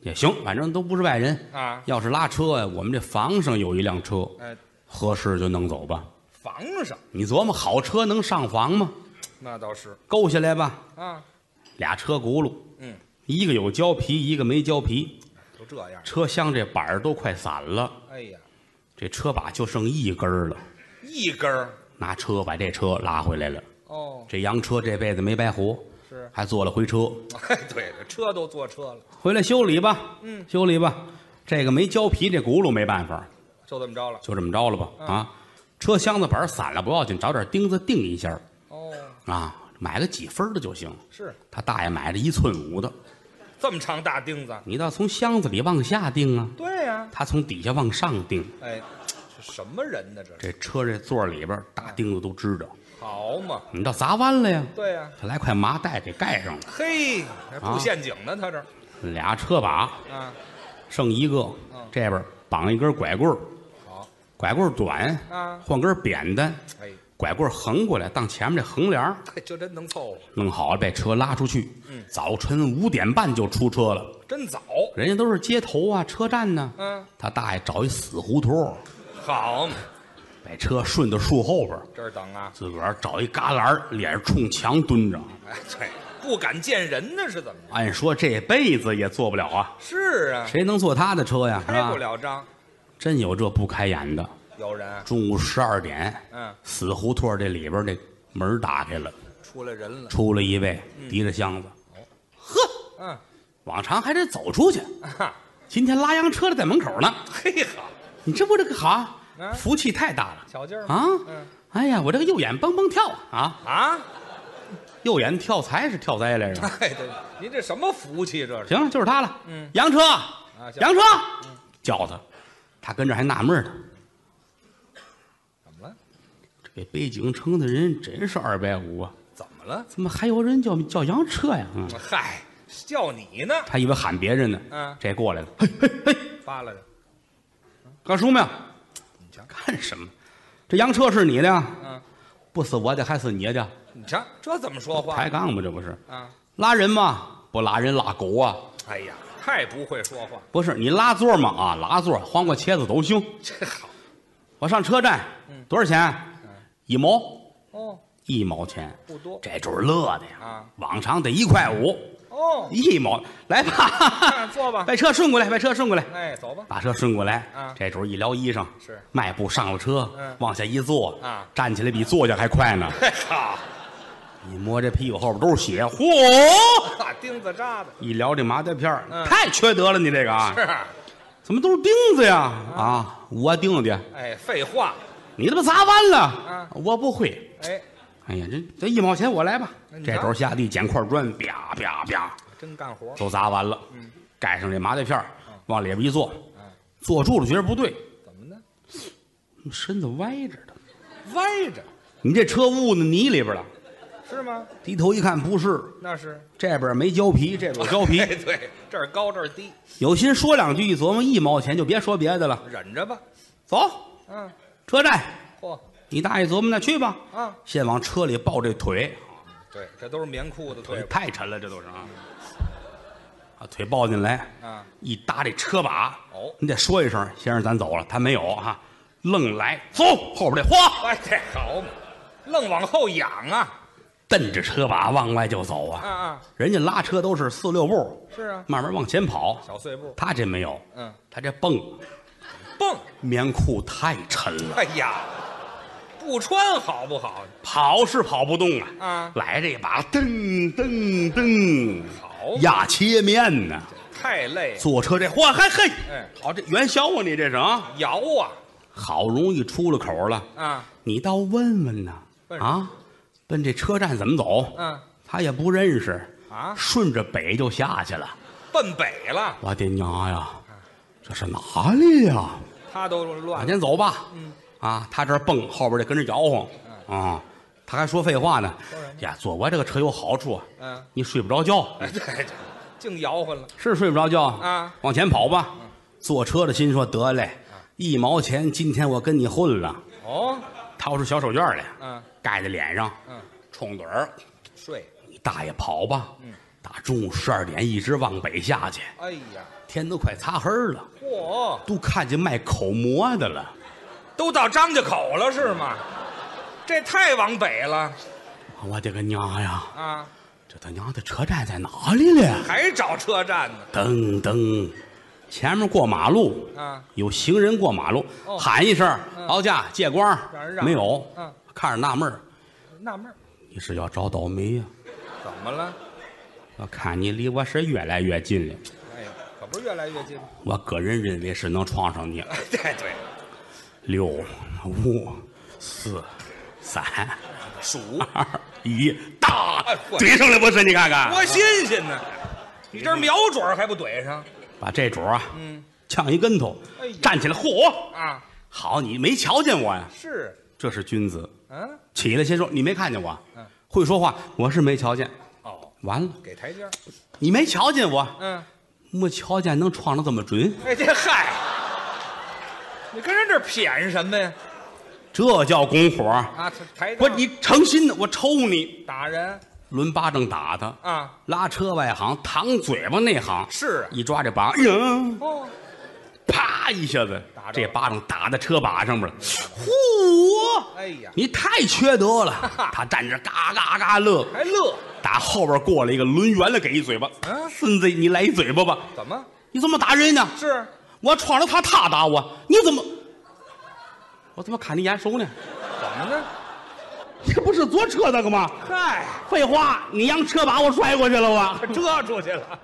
[SPEAKER 1] 也行，反正都不是外人。
[SPEAKER 2] 啊，
[SPEAKER 1] 要是拉车呀，我们这房上有一辆车，
[SPEAKER 2] 哎，
[SPEAKER 1] 合适就弄走吧。
[SPEAKER 2] 防上
[SPEAKER 1] 你琢磨，好车能上房吗？
[SPEAKER 2] 那倒是
[SPEAKER 1] 勾下来吧，
[SPEAKER 2] 啊，
[SPEAKER 1] 俩车轱辘，
[SPEAKER 2] 嗯，
[SPEAKER 1] 一个有胶皮，一个没胶皮，
[SPEAKER 2] 都这样。
[SPEAKER 1] 车厢这板儿都快散了。
[SPEAKER 2] 哎呀，
[SPEAKER 1] 这车把就剩一根儿了，
[SPEAKER 2] 一根儿
[SPEAKER 1] 拿车把这车拉回来了。
[SPEAKER 2] 哦，
[SPEAKER 1] 这洋车这辈子没白活，
[SPEAKER 2] 是，
[SPEAKER 1] 还坐了回车，
[SPEAKER 2] 哎， 对了，车都坐车了，
[SPEAKER 1] 回来修理吧，嗯，修理吧。这个没胶皮，这轱辘没办法，
[SPEAKER 2] 就这么着了。
[SPEAKER 1] 就这么着了吧
[SPEAKER 2] 嗯
[SPEAKER 1] 啊。车厢子板儿散了不要紧，找点钉子钉一下儿
[SPEAKER 2] 哦，
[SPEAKER 1] 啊，买个几分儿的就行。
[SPEAKER 2] 是
[SPEAKER 1] 他大爷买了一寸五的，
[SPEAKER 2] 这么长大钉子。
[SPEAKER 1] 你倒从箱子里往下钉啊，
[SPEAKER 2] 对呀，
[SPEAKER 1] 他从底下往上钉。
[SPEAKER 2] 哎，这什么人呢？这是
[SPEAKER 1] 这车这座里边儿大钉子都支着，
[SPEAKER 2] 好嘛？
[SPEAKER 1] 你倒砸弯了呀！
[SPEAKER 2] 对呀，
[SPEAKER 1] 他来块麻袋给盖上了，
[SPEAKER 2] 嘿，还布陷阱呢，他这儿
[SPEAKER 1] 俩车把
[SPEAKER 2] 啊，
[SPEAKER 1] 剩一个
[SPEAKER 2] 嗯，
[SPEAKER 1] 这边绑一根拐棍儿，
[SPEAKER 2] 好
[SPEAKER 1] 拐棍儿短，
[SPEAKER 2] 啊，
[SPEAKER 1] 换根扁担，
[SPEAKER 2] 哎，
[SPEAKER 1] 拐棍儿横过来当前面这横梁儿，
[SPEAKER 2] 嘿就真能凑合，
[SPEAKER 1] 弄好了被车拉出去。
[SPEAKER 2] 嗯
[SPEAKER 1] 早晨五点半就出车了，
[SPEAKER 2] 真早。
[SPEAKER 1] 人家都是街头啊、车站呢、
[SPEAKER 2] 嗯，
[SPEAKER 1] 他大爷找一死胡同儿，
[SPEAKER 2] 好嘛，
[SPEAKER 1] 把车顺到树后边儿，
[SPEAKER 2] 这儿等啊。
[SPEAKER 1] 自个儿找一旮旯儿，脸儿冲墙蹲着。
[SPEAKER 2] 哎，对，不敢见人呢，是怎么着？
[SPEAKER 1] 按说这辈子也坐不了啊，
[SPEAKER 2] 是啊，
[SPEAKER 1] 谁能坐他的车呀？是
[SPEAKER 2] 开不
[SPEAKER 1] 吧？
[SPEAKER 2] 了张，
[SPEAKER 1] 真有这不开眼的，
[SPEAKER 2] 有人，
[SPEAKER 1] 中午十二点，
[SPEAKER 2] 嗯，
[SPEAKER 1] 死胡同这里边这门儿打开了，
[SPEAKER 2] 出来人了，
[SPEAKER 1] 出来一位，提着箱子，
[SPEAKER 2] 嗯，
[SPEAKER 1] 往常还得走出去，
[SPEAKER 2] 哈，
[SPEAKER 1] 今天拉洋车的在门口呢。
[SPEAKER 2] 啊嘿好，
[SPEAKER 1] 你这不这个好啊
[SPEAKER 2] 嗯，
[SPEAKER 1] 福气太大了
[SPEAKER 2] 巧劲儿
[SPEAKER 1] 啊
[SPEAKER 2] 嘛嗯！
[SPEAKER 1] 哎呀，我这个右眼蹦蹦跳啊，
[SPEAKER 2] 啊，
[SPEAKER 1] 右眼跳财是跳灾来着。
[SPEAKER 2] 哎，对，您这什么福气这是？啊
[SPEAKER 1] 行了，就是他了。
[SPEAKER 2] 嗯
[SPEAKER 1] 洋车，
[SPEAKER 2] 行
[SPEAKER 1] 洋车，叫他，他跟这还纳闷呢。
[SPEAKER 2] 怎么了？
[SPEAKER 1] 这给北京城的人真是二百五啊，
[SPEAKER 2] 怎么了？
[SPEAKER 1] 怎么还有人叫叫洋车呀？嗯，
[SPEAKER 2] 嗨，叫你呢，
[SPEAKER 1] 他以为喊别人呢。
[SPEAKER 2] 嗯
[SPEAKER 1] 这过来了，嘿嘿嘿。
[SPEAKER 2] 扒拉着，
[SPEAKER 1] 干什么呀
[SPEAKER 2] 你瞧？
[SPEAKER 1] 干什么？这洋车是你的呀？
[SPEAKER 2] 嗯，
[SPEAKER 1] 不是我的，还是你的？
[SPEAKER 2] 你瞧这怎么说话
[SPEAKER 1] 抬杠嘛，这不是？
[SPEAKER 2] 啊？
[SPEAKER 1] 拉人吗？不拉人拉狗啊！
[SPEAKER 2] 哎呀，太不会说话，
[SPEAKER 1] 不是你拉座吗？啊，拉座，黄瓜茄子都行。
[SPEAKER 2] 这好嗯
[SPEAKER 1] 我上车站，多少钱？一毛，
[SPEAKER 2] 哦，
[SPEAKER 1] 一毛钱。
[SPEAKER 2] 不多
[SPEAKER 1] 这主儿乐的呀
[SPEAKER 2] 啊，
[SPEAKER 1] 往常得一块五，
[SPEAKER 2] 哦，
[SPEAKER 1] 一毛。来吧，
[SPEAKER 2] 哎坐吧
[SPEAKER 1] 把车顺过来，把车顺过来，
[SPEAKER 2] 哎，走 吧，
[SPEAKER 1] 把车顺过来
[SPEAKER 2] 啊。
[SPEAKER 1] 这主儿一撩衣裳，
[SPEAKER 2] 是
[SPEAKER 1] 迈步上了车
[SPEAKER 2] 嗯，
[SPEAKER 1] 往下一坐
[SPEAKER 2] 啊
[SPEAKER 1] 站起来比坐下还快呢。
[SPEAKER 2] 哎好，
[SPEAKER 1] 你摸这屁股后边都是血，嚯！
[SPEAKER 2] 把钉子扎的，
[SPEAKER 1] 一聊这麻袋片儿
[SPEAKER 2] 嗯
[SPEAKER 1] 太缺德了，你这个啊，
[SPEAKER 2] 是嗯啊，
[SPEAKER 1] 怎么都是钉子呀？啊，我钉的，
[SPEAKER 2] 哎，废话，
[SPEAKER 1] 你他妈砸弯了，
[SPEAKER 2] 嗯
[SPEAKER 1] 我不会。
[SPEAKER 2] 哎，
[SPEAKER 1] 哎呀，这这一毛钱我来吧
[SPEAKER 2] 那。你
[SPEAKER 1] 这
[SPEAKER 2] 拿
[SPEAKER 1] 头下地捡块砖，啪啪啪，
[SPEAKER 2] 真干活，
[SPEAKER 1] 都砸完了。盖上这麻袋片儿往里边一坐，
[SPEAKER 2] 嗯，
[SPEAKER 1] 坐住了觉得不对，
[SPEAKER 2] 怎么呢？
[SPEAKER 1] 身子歪着的。
[SPEAKER 2] 歪着
[SPEAKER 1] 你这车误那泥里边了，
[SPEAKER 2] 是吗？
[SPEAKER 1] 低头一看不是，
[SPEAKER 2] 那是
[SPEAKER 1] 这边没胶皮，这边有胶皮
[SPEAKER 2] 哎。对，这儿高这儿低，
[SPEAKER 1] 有心说两句，一琢磨一毛钱就别说别的了，
[SPEAKER 2] 忍着吧，
[SPEAKER 1] 走
[SPEAKER 2] 嗯，
[SPEAKER 1] 车站。
[SPEAKER 2] 嚯，
[SPEAKER 1] 你大爷琢磨那去吧，
[SPEAKER 2] 啊，
[SPEAKER 1] 先往车里抱这腿，
[SPEAKER 2] 对，这都是棉裤子
[SPEAKER 1] 腿
[SPEAKER 2] 腿
[SPEAKER 1] 太沉了，这都是啊，把腿抱进来，
[SPEAKER 2] 啊，
[SPEAKER 1] 一搭这车把，
[SPEAKER 2] 哦
[SPEAKER 1] 你得说一声，先生，咱走了。他没有啊，愣来，走，后边这哗，
[SPEAKER 2] 哎，这好嘛，愣往后仰啊，
[SPEAKER 1] 蹬着车把往外就走啊。
[SPEAKER 2] 啊啊，
[SPEAKER 1] 人家拉车都是四六步，
[SPEAKER 2] 是啊，
[SPEAKER 1] 慢慢往前跑，
[SPEAKER 2] 小碎步，
[SPEAKER 1] 他这没有，
[SPEAKER 2] 嗯，
[SPEAKER 1] 他这蹦，
[SPEAKER 2] 蹦，
[SPEAKER 1] 棉裤太沉了，
[SPEAKER 2] 哎呀，不穿好不好？
[SPEAKER 1] 跑是跑不动啊。
[SPEAKER 2] 啊
[SPEAKER 1] 来这把噔噔噔，
[SPEAKER 2] 好
[SPEAKER 1] 压切面呢、
[SPEAKER 2] 太累了，
[SPEAKER 1] 坐车这嚯嘿嘿，
[SPEAKER 2] 哎
[SPEAKER 1] 好这 元宵啊，你这是啊，
[SPEAKER 2] 摇啊
[SPEAKER 1] 好容易出了口了，
[SPEAKER 2] 啊，
[SPEAKER 1] 你倒问问呐，
[SPEAKER 2] 问
[SPEAKER 1] 啊，奔这车站怎么走？
[SPEAKER 2] 嗯
[SPEAKER 1] 他也不认识
[SPEAKER 2] 啊
[SPEAKER 1] 顺着北就下去了。
[SPEAKER 2] 奔北了，
[SPEAKER 1] 我的娘呀，这是哪里呀？
[SPEAKER 2] 他都
[SPEAKER 1] 往
[SPEAKER 2] 乱了，
[SPEAKER 1] 前走吧，啊，他这儿蹦，后边这跟着摇晃，啊，他还说废话呢
[SPEAKER 2] 说什，么
[SPEAKER 1] 呀，坐我这个车有好处啊，
[SPEAKER 2] 嗯，
[SPEAKER 1] 你睡不着觉，
[SPEAKER 2] 哎 对，净摇晃了，
[SPEAKER 1] 是睡不着觉
[SPEAKER 2] 啊，
[SPEAKER 1] 往前跑吧。坐车的心说得嘞，一毛钱，今天我跟你混了。
[SPEAKER 2] 哦，
[SPEAKER 1] 掏出小手绢来，
[SPEAKER 2] 嗯
[SPEAKER 1] 盖在脸上，
[SPEAKER 2] 嗯，
[SPEAKER 1] 冲盹儿。
[SPEAKER 2] 睡，
[SPEAKER 1] 你大爷跑吧，
[SPEAKER 2] 嗯
[SPEAKER 1] 打中午十二点一直往北下去，
[SPEAKER 2] 哎呀，
[SPEAKER 1] 天都快擦黑了，
[SPEAKER 2] 嚯，
[SPEAKER 1] 都看见卖口蘑的了。
[SPEAKER 2] 都到张家口了是吗？这太往北了
[SPEAKER 1] 我的个娘呀！
[SPEAKER 2] 啊，
[SPEAKER 1] 这他娘的车站在哪里了？
[SPEAKER 2] 还找车站呢
[SPEAKER 1] 噔噔，前面过马路，
[SPEAKER 2] 啊，
[SPEAKER 1] 有行人过马路，
[SPEAKER 2] 哦
[SPEAKER 1] 喊一声“劳驾借光
[SPEAKER 2] 让人”，让
[SPEAKER 1] 没有，
[SPEAKER 2] 嗯
[SPEAKER 1] 看着纳闷儿，
[SPEAKER 2] 哎纳闷儿
[SPEAKER 1] 你是要找倒霉呀、
[SPEAKER 2] 怎么了？
[SPEAKER 1] 我看你离我是越来越近了，
[SPEAKER 2] 哎呀，可不是越来越近吗？
[SPEAKER 1] 我个人认为是能撞上你。
[SPEAKER 2] 哎 对对，
[SPEAKER 1] 六、五、四、三、
[SPEAKER 2] 数，
[SPEAKER 1] 二、一，大
[SPEAKER 2] 哎嚯
[SPEAKER 1] 怼上来不是？你看看，
[SPEAKER 2] 多新鲜呢！你这瞄准儿还不怼上
[SPEAKER 1] 把这主啊，呛一跟头
[SPEAKER 2] 嗯哎呀，
[SPEAKER 1] 站起来，嚯！
[SPEAKER 2] 啊？
[SPEAKER 1] 好，你没瞧见我呀？
[SPEAKER 2] 是，
[SPEAKER 1] 这是君子，
[SPEAKER 2] 嗯，
[SPEAKER 1] 起来先说，你没看见我
[SPEAKER 2] 嗯，
[SPEAKER 1] 会说话，我是没瞧见。
[SPEAKER 2] 哦，
[SPEAKER 1] 完了，
[SPEAKER 2] 给台阶儿，
[SPEAKER 1] 你没瞧见我，
[SPEAKER 2] 嗯，
[SPEAKER 1] 没瞧见能撞得这么准，
[SPEAKER 2] 哎，这 嗨，你跟人这儿谝什么呀？
[SPEAKER 1] 这叫拱火。
[SPEAKER 2] 啊，台阶儿
[SPEAKER 1] 不是你成心的，我抽你，
[SPEAKER 2] 打人
[SPEAKER 1] 抡巴掌打他。
[SPEAKER 2] 啊？
[SPEAKER 1] 拉车外行，搪嘴巴内行，
[SPEAKER 2] 是啊，
[SPEAKER 1] 一抓这把，哎呀，
[SPEAKER 2] 哦，
[SPEAKER 1] 啪一下子
[SPEAKER 2] 打，着
[SPEAKER 1] 这
[SPEAKER 2] 了
[SPEAKER 1] 巴掌打在车把上面了。嚯！
[SPEAKER 2] 哎呀，
[SPEAKER 1] 你太缺德了！ 他站着嘎嘎嘎乐，
[SPEAKER 2] 还乐，
[SPEAKER 1] 打后边过来一个抡圆了给一嘴巴。
[SPEAKER 2] 嗯
[SPEAKER 1] 孙子，你来一嘴巴吧！
[SPEAKER 2] 怎么
[SPEAKER 1] 你怎么打人呢？
[SPEAKER 2] 是？
[SPEAKER 1] 我闯了他，他打我，你怎么？我怎么看你眼熟呢？
[SPEAKER 2] 怎么呢？
[SPEAKER 1] 这不是坐车那个吗？
[SPEAKER 2] 嗨，
[SPEAKER 1] 废话，你让车把我摔过去了，我。
[SPEAKER 2] 遮出去了，